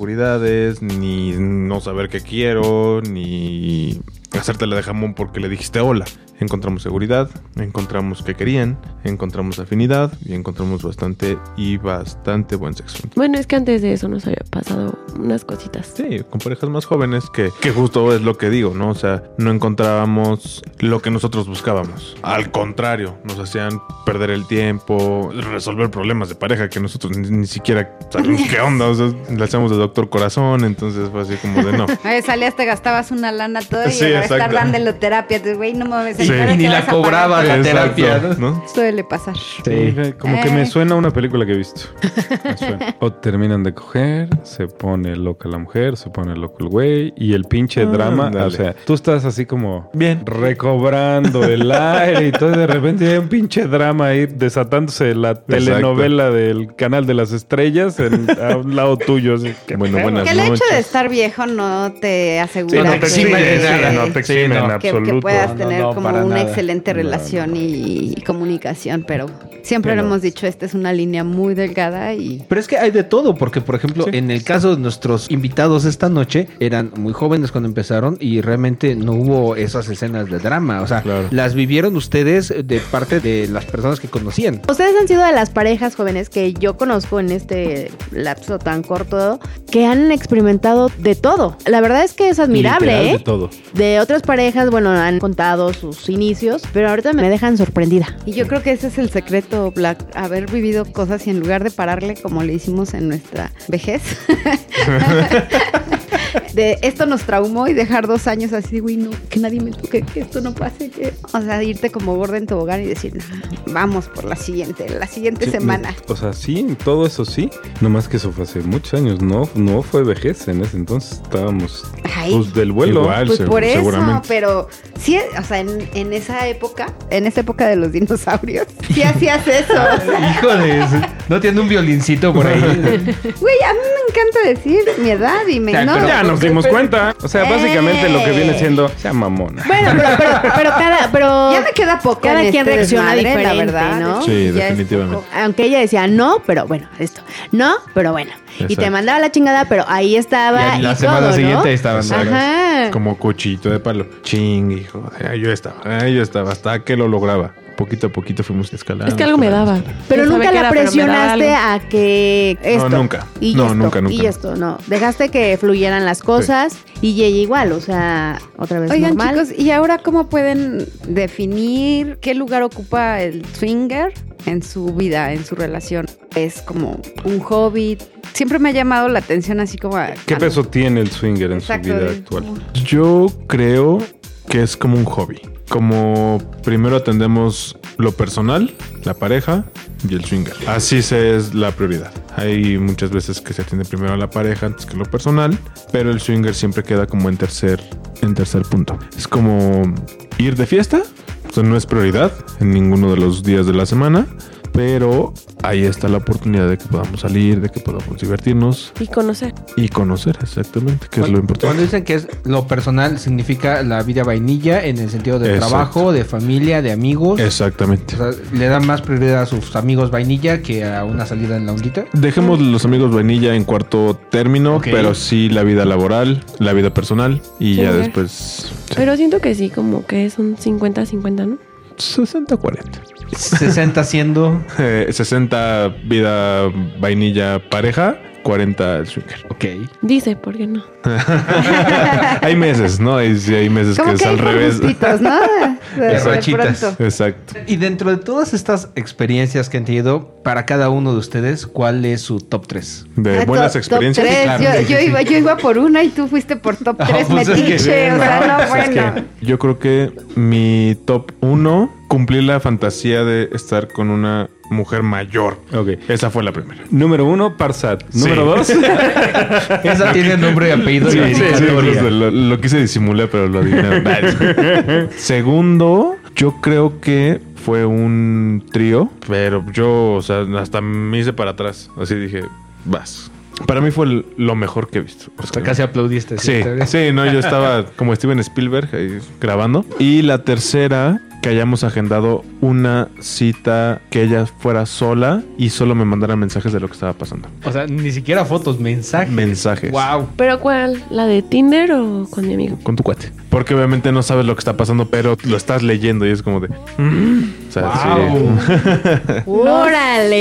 S7: inseguridades, ni no saber qué quiero, ni hacértela de jamón porque le dijiste hola. Encontramos seguridad, encontramos que querían, encontramos afinidad y encontramos bastante y bastante buen sexo.
S6: Bueno, es que antes de eso nos había pasado unas cositas.
S7: Sí, con parejas más jóvenes que, que justo es lo que digo, ¿no? O sea, no encontrábamos lo que nosotros buscábamos. Al contrario, nos hacían perder el tiempo, resolver problemas de pareja que nosotros ni, ni siquiera sabíamos
S6: [laughs]
S7: qué onda. O sea, le hacíamos de doctor corazón, entonces fue así como
S6: [laughs]
S7: de no.
S1: Eh, salías, te gastabas una lana todo y
S7: Sí,
S1: ahora
S7: exacto.
S1: estar dando terapia. Entonces, güey, no mames. ¿ahora
S7: Sí. Y
S1: qué
S4: ni la
S1: vas a pagar?
S4: cobraba la
S7: Exacto,
S4: terapia.
S7: ¿no?
S1: Suele pasar.
S5: Sí, como que
S1: Eh.
S5: me suena a una película que he visto. Me
S1: [laughs]
S5: suena. O terminan de coger, se pone loca la mujer, se pone loco el güey y el pinche
S7: Ah,
S5: drama. O
S7: ándale.
S5: sea, tú estás así como
S7: Bien.
S5: recobrando
S7: [laughs]
S5: el aire y todo. y De repente hay un pinche drama ahí desatándose de la telenovela del canal de las estrellas en- a un lado tuyo. así que-
S7: Bueno, buenas
S1: Que el hecho de
S7: noches.
S1: estar viejo no te
S5: Sí,
S1: asegura
S5: no te
S1: que-
S5: exime
S1: que-
S5: de nada,
S1: que-
S5: no te exime
S4: Sí, no.
S5: en
S1: que, que
S5: absoluto.
S1: puedas
S4: No, no,
S1: tener
S4: no,
S1: como
S4: para
S1: una
S4: nada.
S1: excelente
S5: No,
S1: relación Y, y comunicación, pero siempre
S5: Pero-
S1: lo hemos dicho, esta es una línea muy delgada y
S4: Pero es que hay de todo, porque por ejemplo, en el caso de nuestros invitados esta noche, eran muy jóvenes cuando empezaron y realmente no hubo esas escenas de drama. O sea,
S5: Claro.
S4: las vivieron ustedes de parte de las personas que conocían.
S3: Ustedes han sido de las parejas jóvenes que yo conozco en este lapso tan corto que han experimentado de todo. La verdad es que es admirable,
S5: Literal
S3: ¿eh?
S5: de todo.
S3: De otras parejas, bueno, han contado sus inicios, pero ahorita me dejan sorprendida.
S1: Y yo creo que ese es el secreto, Black, haber vivido cosas y en lugar de pararle como le hicimos en nuestra vejez, [laughs] de esto nos traumó y dejar dos años así, güey, no, que nadie me toque, que esto no pase, que... O sea, irte como gorda en tobogán y decir, "No, vamos por la siguiente, la siguiente
S5: Sí,
S1: semana.
S5: no, O sea, sí, todo eso sí. Nomás que eso fue hace muchos años. No, no fue vejez en ese entonces. Estábamos
S1: Ay.
S5: pues, del vuelo.
S7: Igual.
S1: Pues
S7: seg-
S1: por eso,
S7: seguramente.
S1: pero sí, o sea, en, en esa época, en esa época de los dinosaurios,
S5: [laughs]
S1: sí hacías eso. o sea,
S3: [laughs]
S4: Hijo de... No tiene un violincito por ahí.
S1: Güey, a mí me encanta decir mi edad y me
S5: Ya,
S1: ignoro.
S5: pero Pues ya nos dimos cuenta. O sea, básicamente lo que viene siendo sea mamona.
S3: Bueno, pero, pero, pero cada. [laughs] Pero,
S1: Ya me queda poco.
S3: Cada
S1: en
S3: quien
S1: este
S3: reacciona
S1: desmadre, la
S3: diferente,
S1: verdad. ¿eh?
S3: ¿no?
S7: Sí,
S1: Ya es
S7: definitivamente.
S1: poco.
S3: Aunque ella decía no, pero bueno, esto. No, pero bueno. Y te
S7: Exacto.
S3: mandaba la chingada, pero ahí estaba. Y,
S4: la
S3: todo,
S4: semana
S3: ¿no?
S4: siguiente estaban.
S7: Exacto.
S6: Ah.
S3: Ajá.
S7: Como cuchito de palo. Ching, hijo. Ahí yo estaba. Ahí yo estaba. Hasta que lo lograba. Poquito a poquito fuimos escalando.
S6: Es que algo me
S7: escalando,
S6: daba.
S7: escalando.
S3: Pero
S6: Yo sabía
S3: nunca
S6: que
S3: la
S6: era, pero me daba
S3: presionaste
S6: algo.
S3: a que esto.
S7: nunca.
S3: Y
S7: No,
S3: esto,
S7: nunca, nunca,
S3: Y
S7: nunca.
S3: esto, no. Dejaste que fluyeran las cosas y ella igual, o sea, otra vez
S1: Oigan,
S3: normal.
S1: chicos, ¿y ahora cómo pueden definir qué lugar ocupa el swinger en su vida, en su relación? ¿Es como un hobby? Siempre me ha llamado la atención así como... a-
S5: ¿Qué
S1: a-
S5: peso tiene el swinger en
S1: Exacto,
S5: su vida
S1: de-
S5: actual?
S7: Yo creo que es como un hobby. Como primero atendemos lo personal, la pareja y el swinger. Así se es la prioridad. Hay muchas veces que se atiende primero a la pareja antes que lo personal, pero el swinger siempre queda como en tercer, en tercer punto. Es como ir de fiesta. O sea, no es prioridad en ninguno de los días de la semana, pero ahí está la oportunidad de que podamos salir, de que podamos divertirnos
S6: Y conocer.
S7: y conocer exactamente, que es
S4: Cuando
S7: lo importante.
S4: dicen que es lo personal, significa la vida vainilla en el sentido de
S7: Exacto.
S4: trabajo, de familia, de amigos.
S7: Exactamente.
S4: O sea, le dan más prioridad a sus amigos vainilla que a una salida en la ondita.
S7: Dejemos los amigos vainilla en cuarto término,
S4: Ok.
S7: pero sí la vida laboral, la vida personal y ya
S6: Swinger.
S7: después sí,
S6: Pero siento que sí, como que es un 50-50, ¿no?
S7: [laughs] 60-40.
S4: 60 siendo.
S7: Eh, 60 vida vainilla pareja, 40 el
S1: [laughs]
S7: swinger.
S4: Ok.
S1: Eh,
S6: Dice, ¿por qué no?
S7: hay meses, ¿no? Hay, sí, hay meses que
S1: Como
S7: es
S1: que hay
S7: al
S1: por
S7: revés.
S1: gustitos,
S7: [laughs]
S1: ¿no? De- de
S4: Rachitas.
S1: pronto.
S7: Exacto.
S4: Y dentro de todas estas experiencias que han tenido, para cada uno de ustedes, ¿cuál es su top 3?
S7: De
S1: Ah,
S7: Eh, buenas
S1: top-
S7: experiencias.
S1: top tres.
S4: claro,
S1: Yo-
S4: sí, sí,
S1: yo,
S4: sí.
S1: Iba, yo iba por una y tú fuiste por top
S7: [laughs]
S4: Ah,
S1: 3
S4: pues es que
S1: metiche.
S4: sí,
S1: o sea, no,
S7: Pues es
S1: bueno.
S7: que yo creo que mi top 1, cumplir la fantasía de estar con una mujer mayor.
S5: Ok.
S7: Esa fue la primera.
S5: Número uno, Parsat.
S7: Sí.
S5: Número
S7: [laughs]
S4: [laughs]
S5: dos,
S4: Esa tiene nombre y apellido.
S7: Sí,
S4: y
S7: sí, sí,
S4: categoría.
S7: lo, lo- lo quise disimular, pero lo adivinaron. Segundo, yo creo que fue un trío, pero yo, o sea, hasta me hice para atrás. Así dije, vas. Para mí fue el- lo mejor que he visto. O
S4: Hasta
S7: sea,
S4: casi aplaudiste.
S7: Sí,
S4: Te-
S7: sí, no, yo estaba como Steven Spielberg ahí grabando. Y la tercera, que hayamos agendado una cita que ella fuera sola y solo me mandara mensajes de lo que estaba pasando.
S4: O sea, ni siquiera fotos, mensajes.
S7: Mensajes.
S4: Wow.
S6: ¿Pero cuál? ¿La de Tinder o con mi amigo?
S7: Con tu cuate. Porque obviamente no sabes lo que está pasando, pero lo estás leyendo y es como de. "Mm". O sea,
S4: Wow.
S7: sí.
S3: ¡Órale!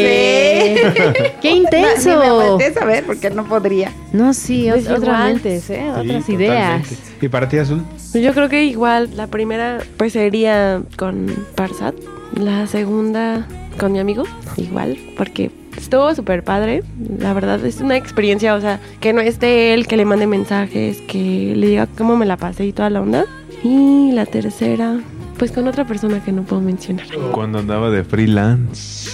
S3: [laughs] ¡Qué intenso!
S1: No, ni me voltees a ver porque no podría.
S3: No, sí,
S6: Pues
S3: ot- otras
S6: igual.
S3: mentes, ¿eh? Otras
S4: Sí,
S3: ideas.
S4: totalmente. ¿Y para ti, Azul?
S6: Pues Yo creo que igual la primera pues sería con Parsat, la segunda con mi amigo, igual, porque estuvo súper padre, la verdad es una experiencia, o sea, que no esté él, que le mande mensajes, que le diga cómo me la pasé y toda la onda. Y la tercera, pues con otra persona que no puedo mencionar.
S7: [laughs] Cuando andaba de freelance.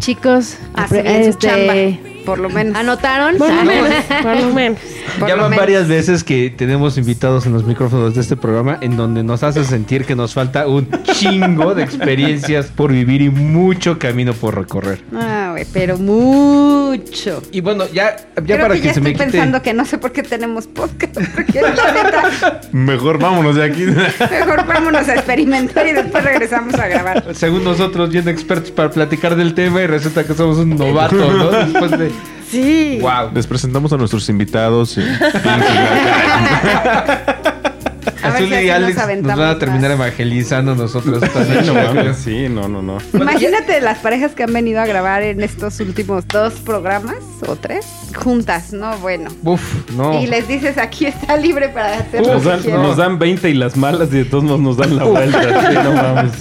S3: Chicos,
S1: Hace
S3: apre-
S1: bien su
S3: este,
S1: chamba, por lo menos.
S3: ¿anotaron?
S6: Por lo
S3: Salud.
S6: menos, por lo menos.
S1: Por lo
S4: Ya van
S1: menos.
S4: varias veces que tenemos invitados en los micrófonos de este programa en donde nos hace sentir que nos falta un chingo de experiencias por vivir y mucho camino por recorrer.
S1: Ah, güey, pero mucho.
S4: Y bueno, ya, ya
S1: Creo
S4: para
S1: que,
S4: que,
S1: ya
S4: se
S1: estoy
S4: me quite.
S1: pensando que no sé por qué tenemos podcast. Porque la neta,
S7: Mejor vámonos de aquí.
S1: mejor vámonos a experimentar y después regresamos a grabar.
S4: Según nosotros, bien expertos para platicar del tema y resulta que somos un novato, [laughs] ¿no? Después de...
S6: Sí.
S4: ¡Wow!
S7: [laughs] Les presentamos a nuestros invitados. y-
S1: A ver
S4: Azul
S1: si así
S4: y
S1: nos
S4: Alex nos,
S1: aventamos
S4: van a terminar
S1: más.
S4: evangelizando nosotros. [laughs]
S5: Sí, no
S4: también.
S5: mames, sí, no, no, no.
S1: Imagínate las parejas que han venido a grabar en estos últimos dos programas o tres juntas, ¿no? Bueno.
S4: Uf, no.
S1: Y les dices, aquí está libre para hacer lo
S5: Nos
S1: que
S5: dan,
S1: quieran.
S5: nos dan 20 y las malas y de todos modos nos dan la vuelta. Sí, no mames.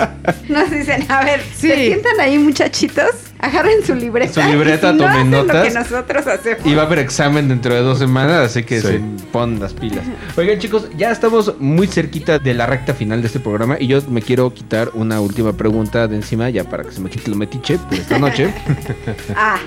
S1: Nos dicen, a ver, se sientan ahí muchachitos, agarren su libreta.
S4: Su libreta,
S1: y si no
S4: tomen
S1: hacen
S4: notas.
S1: Lo que nosotros hacemos.
S4: Y va a haber examen dentro de dos semanas, así que
S7: Sí.
S4: se ponen las pilas. Oigan, chicos, ya estamos muy cerquita de la recta final de este programa y yo me quiero quitar una última pregunta de encima, ya para que se me quite lo metiche por esta noche.
S1: Ah,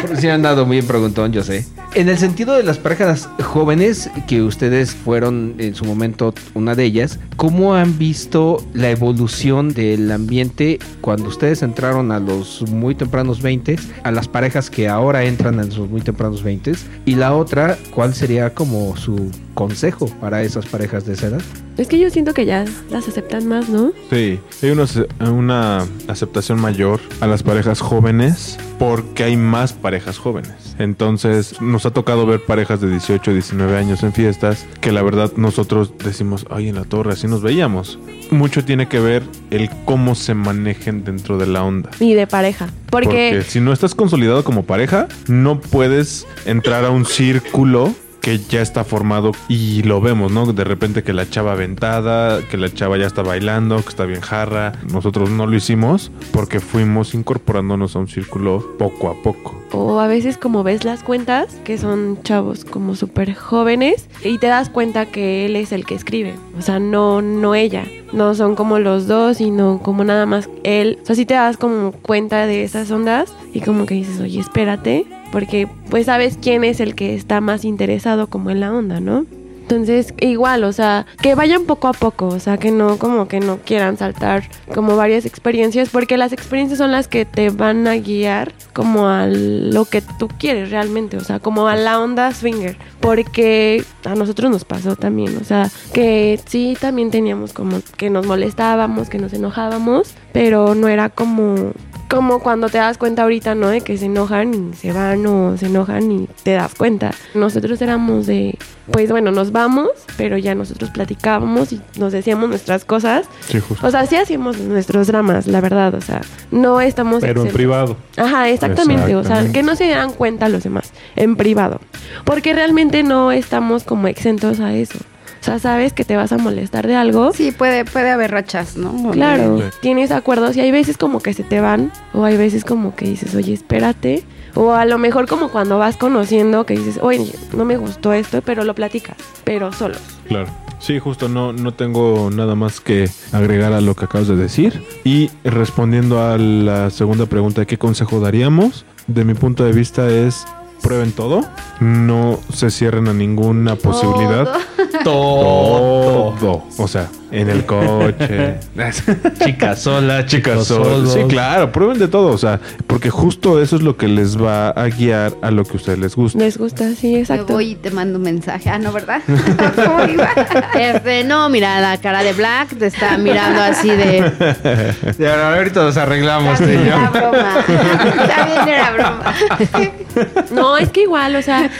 S4: Porque sí han dado muy bien preguntón, yo sé. En el sentido de las parejas jóvenes, que ustedes fueron en su momento una de ellas, ¿cómo han visto la evolución del ambiente cuando ustedes entraron a los muy tempranos 20, a las parejas que ahora entran en sus muy tempranos 20, y la otra, ¿cuál sería como su consejo para esas parejas de esa edad?
S6: Es que yo siento que ya las aceptan más, ¿no?
S7: Sí, hay una, ace- una aceptación mayor a las parejas jóvenes porque hay más parejas jóvenes. Entonces nos ha tocado ver parejas de 18, 19 años en fiestas que la verdad nosotros decimos, ay, en la torre, así nos veíamos. Mucho tiene que ver el cómo se manejen dentro de la onda.
S6: Y de pareja. Porque,
S7: Porque si no estás consolidado como pareja, no puedes entrar a un círculo que ya está formado y lo vemos, ¿no? De repente que la chava aventada, que la chava ya está bailando, que está bien jarra. Nosotros no lo hicimos porque fuimos incorporándonos a un círculo poco a poco.
S6: o a veces como ves las cuentas, que son chavos como súper jóvenes, y te das cuenta que él es el que escribe. O sea, no, no ella. No son como los dos, sino como nada más él. O sea, sí te das como cuenta de esas ondas y como que dices, oye, espérate. Porque pues sabes quién es el que está más interesado como en la onda, ¿no? Entonces, igual, o sea, que vayan poco a poco, o sea, que no como que no quieran saltar como varias experiencias, porque las experiencias son las que te van a guiar como a lo que tú quieres realmente, o sea, como a la onda swinger, porque a nosotros nos pasó también, o sea, que sí también teníamos como que nos molestábamos, que nos enojábamos, pero no era como como cuando te das cuenta ahorita, ¿no? De que se enojan y se van o se enojan y te das cuenta. Nosotros éramos de, pues bueno, nos vamos, pero ya nosotros platicábamos y nos decíamos nuestras cosas.
S7: Sí, justo.
S6: O sea, sí hacíamos nuestros dramas, la verdad. O sea, no estamos...
S5: Pero en
S6: exentos.
S5: privado.
S6: Ajá, exactamente. O sea,
S7: Exactamente.
S6: que no se dieran cuenta los demás en privado. Porque realmente no estamos como exentos a eso. O sea, sabes que te vas a molestar de algo.
S1: Sí, puede, puede haber rachas, ¿no?
S6: Claro,
S7: Sí.
S6: tienes acuerdos y hay veces como que se te van o hay veces como que dices, oye, espérate. O a lo mejor como cuando vas conociendo que dices, oye, no me gustó esto, pero lo platicas, pero solo.
S7: Claro. Sí, justo no, no tengo nada más que agregar a lo que acabas de decir. Y respondiendo a la segunda pregunta, ¿qué consejo daríamos? De mi punto de vista es prueben todo, no se cierren a ninguna posibilidad. Todo. O sea, en el coche.
S4: Chicas sola,
S7: Chicas, sol. sí, claro, prueben de todo, o sea, porque justo eso es lo que les va a guiar a lo que a ustedes les gusta.
S6: ¿Les gusta? Sí,
S1: Yo
S6: exacto.
S1: voy y te mando un mensaje. Ah, no,
S7: [laughs]
S1: ¿verdad? ¿Cómo iba?
S3: [laughs] Este, no, mira, la cara de Black te está mirando así de.
S4: ahorita nos arreglamos,
S1: También era
S7: [laughs]
S1: broma. También era broma.
S6: No, es que igual, o sea,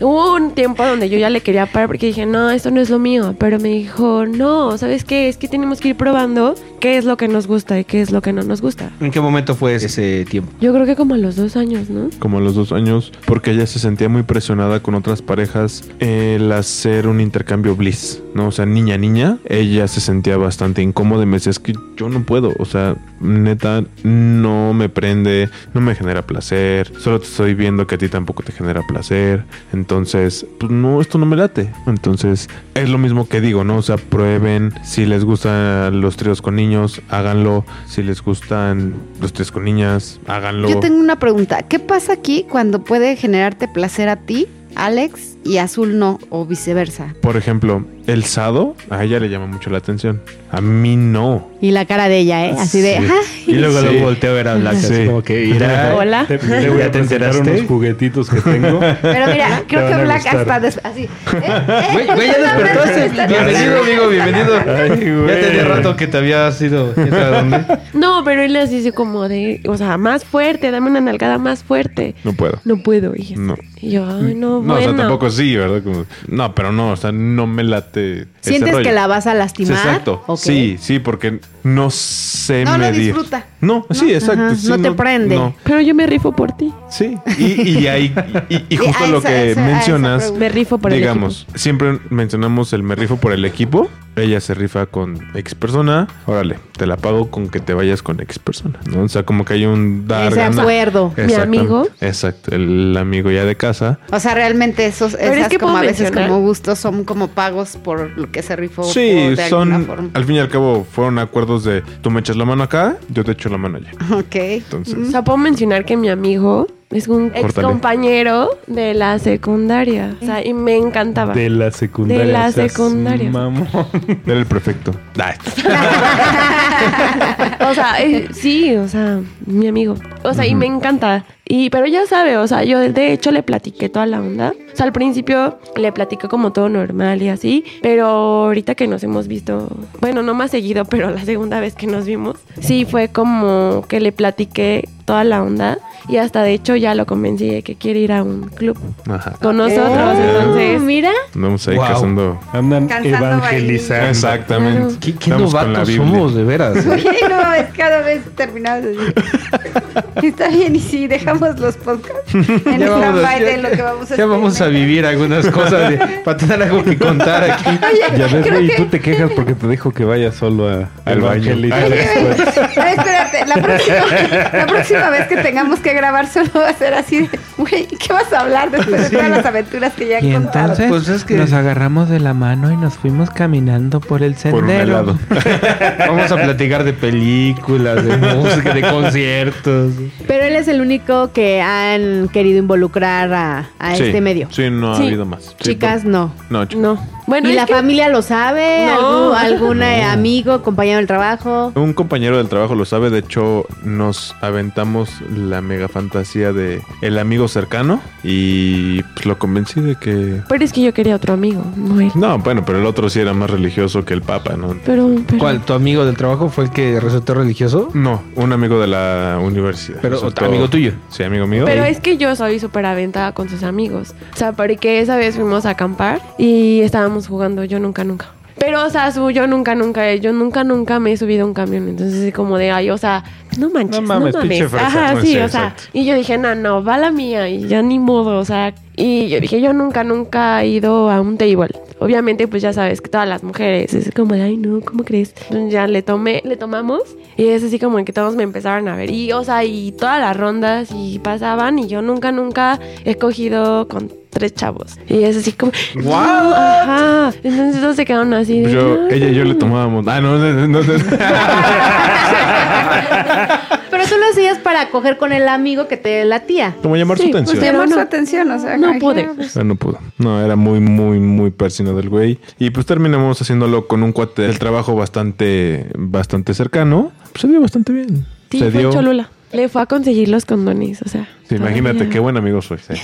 S6: hubo un tiempo donde yo ya le quería parar porque dije, no, esto no es lo mío. Pero me dijo, no, ¿sabes qué? Es que tenemos que ir probando qué es lo que nos gusta y qué es lo que no nos gusta.
S4: ¿En qué momento fue ese tiempo?
S6: Yo creo que como a los dos años, ¿no?
S7: como a los dos años, porque ella se sentía muy presionada con otras parejas el hacer un intercambio bliss, ¿no? O sea, niña, niña, ella se sentía bastante incómoda y me decía, es que yo no puedo, o sea, neta, no me prende, no me genera placer, solo te estoy viendo que a ti tampoco te genera placer, entonces, pues no, esto no me late. Entonces, es lo mismo que digo, ¿no? O sea, prueben, si les gustan los tríos con niños, háganlo, si les gustan los tríos con niñas, háganlo.
S1: Yo tengo una pregunta. ¿Qué pasa aquí cuando puede generarte placer a ti, Alex, y Azul no, o viceversa?
S7: Por ejemplo, el sado a ella le llama mucho la atención. A mí no.
S3: Y la cara de ella, ¿eh? Así de.
S7: Ah, Sí.
S3: "Ay".
S4: Y luego
S7: Sí.
S4: lo volteo a ver a Blanca,
S7: Sí.
S4: así como que irá.
S6: Hola.
S5: Te, le voy
S4: ¿Ya
S5: a
S4: te
S5: presentar
S4: enteraste?
S5: unos juguetitos que tengo.
S1: Pero
S7: [laughs]
S1: mira, creo
S5: van
S1: que
S5: a
S1: Black
S5: gustar.
S1: hasta des- así.
S4: Güey, güey, ya despertaste. Bienvenido, amigo, bienvenido. ya tenía rato que te había sido. ¿Quién sabe dónde?
S6: No, pero él les dice como de, o sea, más fuerte, dame una nalgada más fuerte.
S7: No puedo.
S6: No puedo, dije.
S7: No.
S6: Y yo, ay, no,
S7: No, o
S6: bueno.
S7: sea, tampoco sí, ¿verdad? Como- no, pero no, o sea, no me late. ese
S3: ¿Sientes
S7: rollo.
S3: que la vas a
S7: Sí,
S3: lastimar?
S7: Exacto.
S3: ¿O qué?
S7: Sí, sí, porque no sé
S1: No lo
S7: medir.
S1: disfruta.
S7: No, sí, exacto.
S3: Ajá,
S7: sí,
S3: no te prende.
S7: no,
S6: Pero yo me rifo por ti.
S7: sí. Y, y ahí, y, y
S1: Y
S7: justo
S1: a
S7: lo
S1: esa-
S7: que
S1: esa- a esa
S7: mencionas,
S1: pregunta.
S6: Me rifo por
S7: Digamos, siempre mencionamos el me rifo por el equipo. Ella se rifa con X persona. Órale, te la pago con que te vayas con X persona. ¿no? O sea, como que hay un dar
S3: Ese
S7: ganar.
S3: acuerdo.
S6: Mi
S7: Exactam-
S6: amigo.
S7: Exacto, el amigo ya de casa.
S1: O sea, realmente esos,
S6: Pero
S1: esas
S6: es que
S1: como
S6: puedo
S1: a veces
S6: mencionar.
S1: como gustos son como pagos por lo que se rifó.
S7: Sí,
S1: por de alguna
S7: son,
S1: forma.
S7: al fin y al cabo, fueron acuerdos de tú me echas la mano acá, yo te echo la mano allá.
S1: Ok.
S7: Entonces,
S6: equipo. O sea, puedo mencionar que mi amigo Es un
S7: Córtale.
S6: ex compañero de la secundaria. O sea, y me encantaba.
S5: De la secundaria.
S6: De la
S5: o sea, es
S6: secundaria.
S5: mamón.
S7: Era el prefecto. Nah,
S6: [laughs] O sea, eh, sí, o sea, mi amigo. O sea, y me encanta. Y, pero ya sabe, o sea, yo de hecho le platiqué toda la onda. O sea, al principio le platiqué como todo normal y así. Pero ahorita que nos hemos visto, bueno, no más seguido, pero la segunda vez que nos vimos, sí fue como que le platiqué toda la onda. Y hasta de hecho ya lo convencí de que quiere ir a un club
S7: Ajá.
S6: con nosotros.
S7: Oh.
S6: Entonces,
S3: Oh, mira.
S7: Andamos ahí
S4: Wow.
S7: cazando.
S5: Andan
S1: Cansando
S5: evangelizando.
S7: Exactamente.
S4: [laughs] ¿Qué, qué
S7: Estamos con la
S4: novatos
S7: Biblia.
S4: somos, de veras? eh?
S1: Oye, no mames, cada vez terminamos así. Está bien, y si dejamos los podcasts [laughs] en
S4: Ya vamos a-
S1: stand-by
S4: ya-
S1: de lo que vamos a
S4: Ya vamos a
S1: experimentar.
S4: vivir algunas cosas de-
S1: [laughs]
S4: para tener algo que contar aquí.
S5: Ya ves,
S1: Creo
S5: güey,
S1: que-
S5: y tú te quejas porque te dejo que vayas solo a- al
S7: baño.
S5: evangelizar.
S1: A ver, espérate, la próxima, la próxima vez que tengamos que grabar solo va a ser así de, güey, ¿qué vas a hablar después de todas las aventuras que ya
S8: Y
S1: han contado?
S8: entonces
S4: Pues es que-
S8: nos agarramos de la mano y nos fuimos caminando por el
S7: Por un
S8: sendero.
S7: helado.
S4: Vamos a platicar de películas, de música, de conciertos.
S3: Pero él es el único que han querido involucrar a, a
S7: Sí.
S3: este medio.
S7: Sí, no ha
S6: Sí.
S7: habido más. Sí,
S3: Chicas, no.
S7: por- No, chicas.
S6: no. Bueno,
S3: ¿Y
S6: es
S3: la
S6: que-
S3: familia lo sabe?
S6: No.
S3: ¿Algún, algún,
S4: [laughs]
S3: eh, amigo, compañero del trabajo?
S7: Un compañero del trabajo lo sabe, de hecho nos aventamos la mega fantasía de el amigo cercano y pues, lo convencí de que...
S6: pero es que yo quería otro amigo, no él.
S7: No, bueno, pero el otro sí era más religioso que el papa, ¿no?
S6: Pero, pero-
S4: ¿Cuál? ¿Tu amigo del trabajo fue el que resultó religioso?
S7: No, un amigo de la universidad.
S4: Pero
S7: Eso es todo.
S4: amigo tuyo.
S7: Sí, amigo mío.
S6: Pero es que yo soy súper aventada con sus amigos. O sea, porque esa vez fuimos a acampar y estábamos jugando yo nunca, nunca. Pero, o sea, su yo nunca, nunca, eh, yo nunca, nunca me he subido a un camión. Entonces, así como de, ay, o sea, no manches,
S7: No
S6: no
S7: mames,
S6: mames.
S7: pinche fresa.
S6: Ajá,
S7: No,
S6: sí,
S7: sí,
S6: o sea.
S7: exacto.
S6: Y yo dije, no, no, va la mía. Y ya ni modo, o sea. Y yo dije, yo nunca, nunca he ido a un table. Obviamente, pues ya sabes que todas las mujeres es como de, ay, no, ¿cómo crees? Entonces, ya le tomé, le tomamos. Y es así como que todos me empezaron a ver. Y, o sea, y todas las rondas y pasaban. Y yo nunca, nunca he cogido con tres chavos. Y es así como, wow Ajá. Entonces, todos se quedaron así. de,
S7: pues
S6: "Ah,
S7: Yo,
S6: "No,
S7: ella y yo le tomábamos... Ah, no, no, no, no.
S6: [laughs]
S3: Pero tú lo hacías para coger con el amigo que te latía.
S7: Como llamar su
S6: Sí,
S7: atención.
S1: Pues
S6: Pero
S1: llamar su
S6: no.
S1: atención, o sea,
S6: No
S1: ay,
S6: pude.
S1: no, pues,
S7: Ah, no pudo. No, era muy, muy, muy persino del güey. Y pues terminamos haciéndolo con un cuate del trabajo bastante, bastante cercano. Pues se dio bastante bien.
S6: Sí,
S7: se
S6: fue en
S7: dio.
S6: Cholula. Le fue a conseguir los condones, o sea.
S7: Sí, imagínate
S6: todavía.
S7: qué buen amigo soy. sí.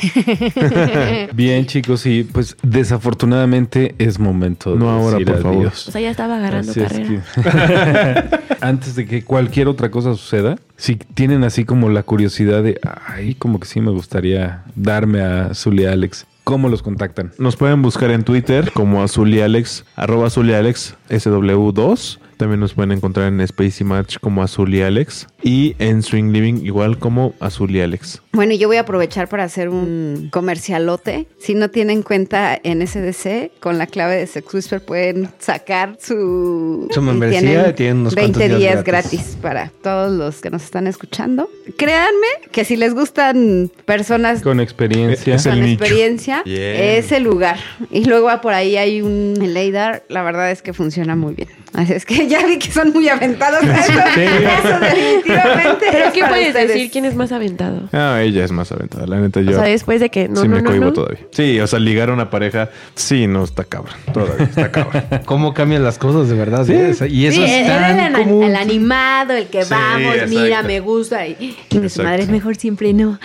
S5: Bien, chicos, y pues desafortunadamente es momento de
S7: No ahora,
S5: decir
S7: por favor.
S5: adiós.
S6: O sea, ya estaba agarrando
S5: Así es
S6: carrera.
S3: [laughs]
S5: que- [laughs] [laughs] Antes de que cualquier otra cosa suceda, si tienen así como la curiosidad de, ay, como que sí me gustaría darme a Zulia Alex, ¿cómo los contactan?
S7: Nos pueden buscar en Twitter como azulialex, arroba azulialex, sw2. También nos pueden encontrar en Spacey Match como azulialex. Y en Swing Living igual como azulialex.
S1: Bueno, y yo voy a aprovechar para hacer
S4: Mm.
S1: un comercialote. Si no tienen cuenta en SDC, con la clave de Sex Whisper pueden sacar su,
S4: Su
S1: y
S4: membresía, tienen unos cuantos
S1: 20
S4: días
S1: días
S4: gratis.
S1: gratis. para todos los que nos están escuchando. Créanme que si les gustan personas
S5: Con experiencia.
S7: Es el
S1: con
S7: nicho.
S1: experiencia,
S7: Bien.
S1: es el lugar. Y luego ah, por ahí hay un LADAR, la verdad es que funciona muy bien. Así es que ya vi que son muy aventados. Eso, [laughs] eso definitivamente.
S6: Pero [laughs]
S1: es
S6: ¿qué
S1: para
S6: puedes
S1: ustedes.
S6: decir quién es más aventado?
S7: Ah, ella es más aventada. La neta, yo
S6: O sea, después de que no,
S7: sí
S6: no,
S7: me
S6: no,
S7: cohibo
S6: no.
S7: todavía. Sí, o sea, ligar a una pareja, sí, no está cabrón. Todavía está
S5: [laughs]
S7: cabrón.
S4: ¿Cómo cambian las cosas, de verdad? Y eso
S3: Sí,
S1: eh,
S4: es
S3: era el,
S4: tan
S3: ana-
S4: común.
S3: el animado, el que
S7: Sí,
S3: vamos, mira,
S7: exacto.
S3: me gusta. Y, y su
S7: Exacto.
S3: madre es mejor siempre, no.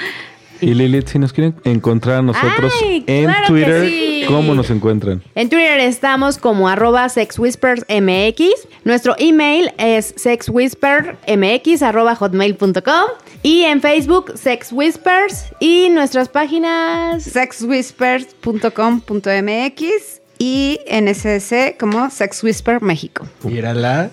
S5: Y Lilith, si nos quieren encontrar a nosotros
S3: Ay,
S5: en
S3: claro que
S5: Twitter,
S3: sí.
S5: ¿cómo nos encuentran?
S3: En Twitter estamos como arroba sexwhispersmx. Nuestro email es sexwhispermx arroba hotmail.com. Y en Facebook, sexwhispers. Y nuestras páginas...
S1: sexwhispers.com.mx y en SSC como Sex Whisper México.
S4: Mírala.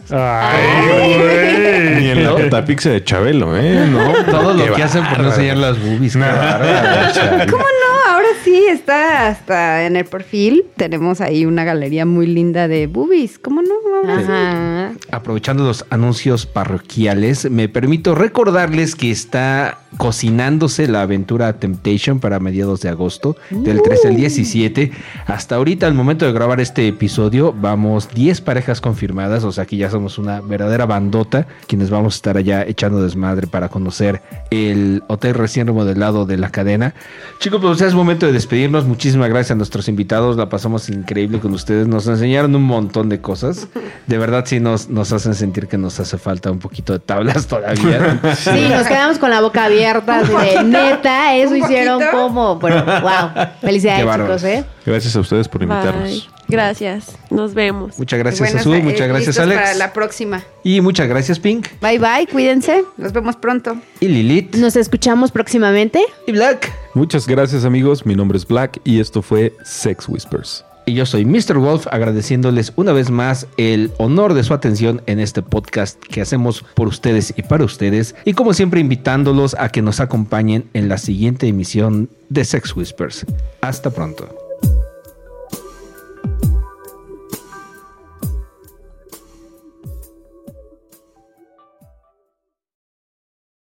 S7: Ni en la petapixa de Chabelo, ¿eh? No,
S4: Todo lo
S7: qué
S4: que hacen por no
S7: bárbaro.
S4: enseñar las boobies. qué bárbaro, chale.
S1: ¿Cómo no? Ahora sí, está hasta en el perfil. Tenemos ahí una galería muy linda de boobies. ¿Cómo no? Vamos.
S3: Ajá.
S4: Aprovechando los anuncios parroquiales, me permito recordarles que está cocinándose la aventura Temptation para mediados de agosto, del 13 al 17. Hasta ahorita, al momento de grabar este episodio, vamos 10 parejas confirmadas, o sea que ya somos una verdadera bandota, quienes vamos a estar allá echando desmadre para conocer el hotel recién remodelado de la cadena. Chicos, pues ya es momento de despedirnos. Muchísimas gracias a nuestros invitados, la pasamos increíble con ustedes, nos enseñaron un montón de cosas. De verdad, sí nos, nos hacen sentir que nos hace falta un poquito de tablas todavía.
S1: [laughs]
S3: Sí, nos quedamos con la boca abierta. así de, neta, eso hicieron como. Bueno, wow.
S4: Qué
S3: Felicidades,
S4: bárbaro.
S3: chicos, ¿eh?
S7: Gracias a ustedes por
S6: Bye.
S7: invitarnos.
S6: Gracias. Nos vemos.
S4: Muchas gracias,
S1: Bueno,
S4: Azul.
S1: eh,
S4: Muchas gracias,
S1: listos
S4: Alex.
S1: Para la próxima.
S4: Y muchas gracias, Pink.
S1: Bye bye, cuídense. Nos vemos pronto.
S4: Y Lilith.
S3: Nos escuchamos próximamente.
S4: Y Black.
S5: Muchas gracias amigos, mi nombre es Black y esto fue Sex Whispers.
S4: Y yo soy Mr. Wolf, agradeciéndoles una vez más el honor de su atención en este podcast que hacemos por ustedes y para ustedes. Y como siempre, invitándolos a que nos acompañen en la siguiente emisión de Sex Whispers. Hasta pronto.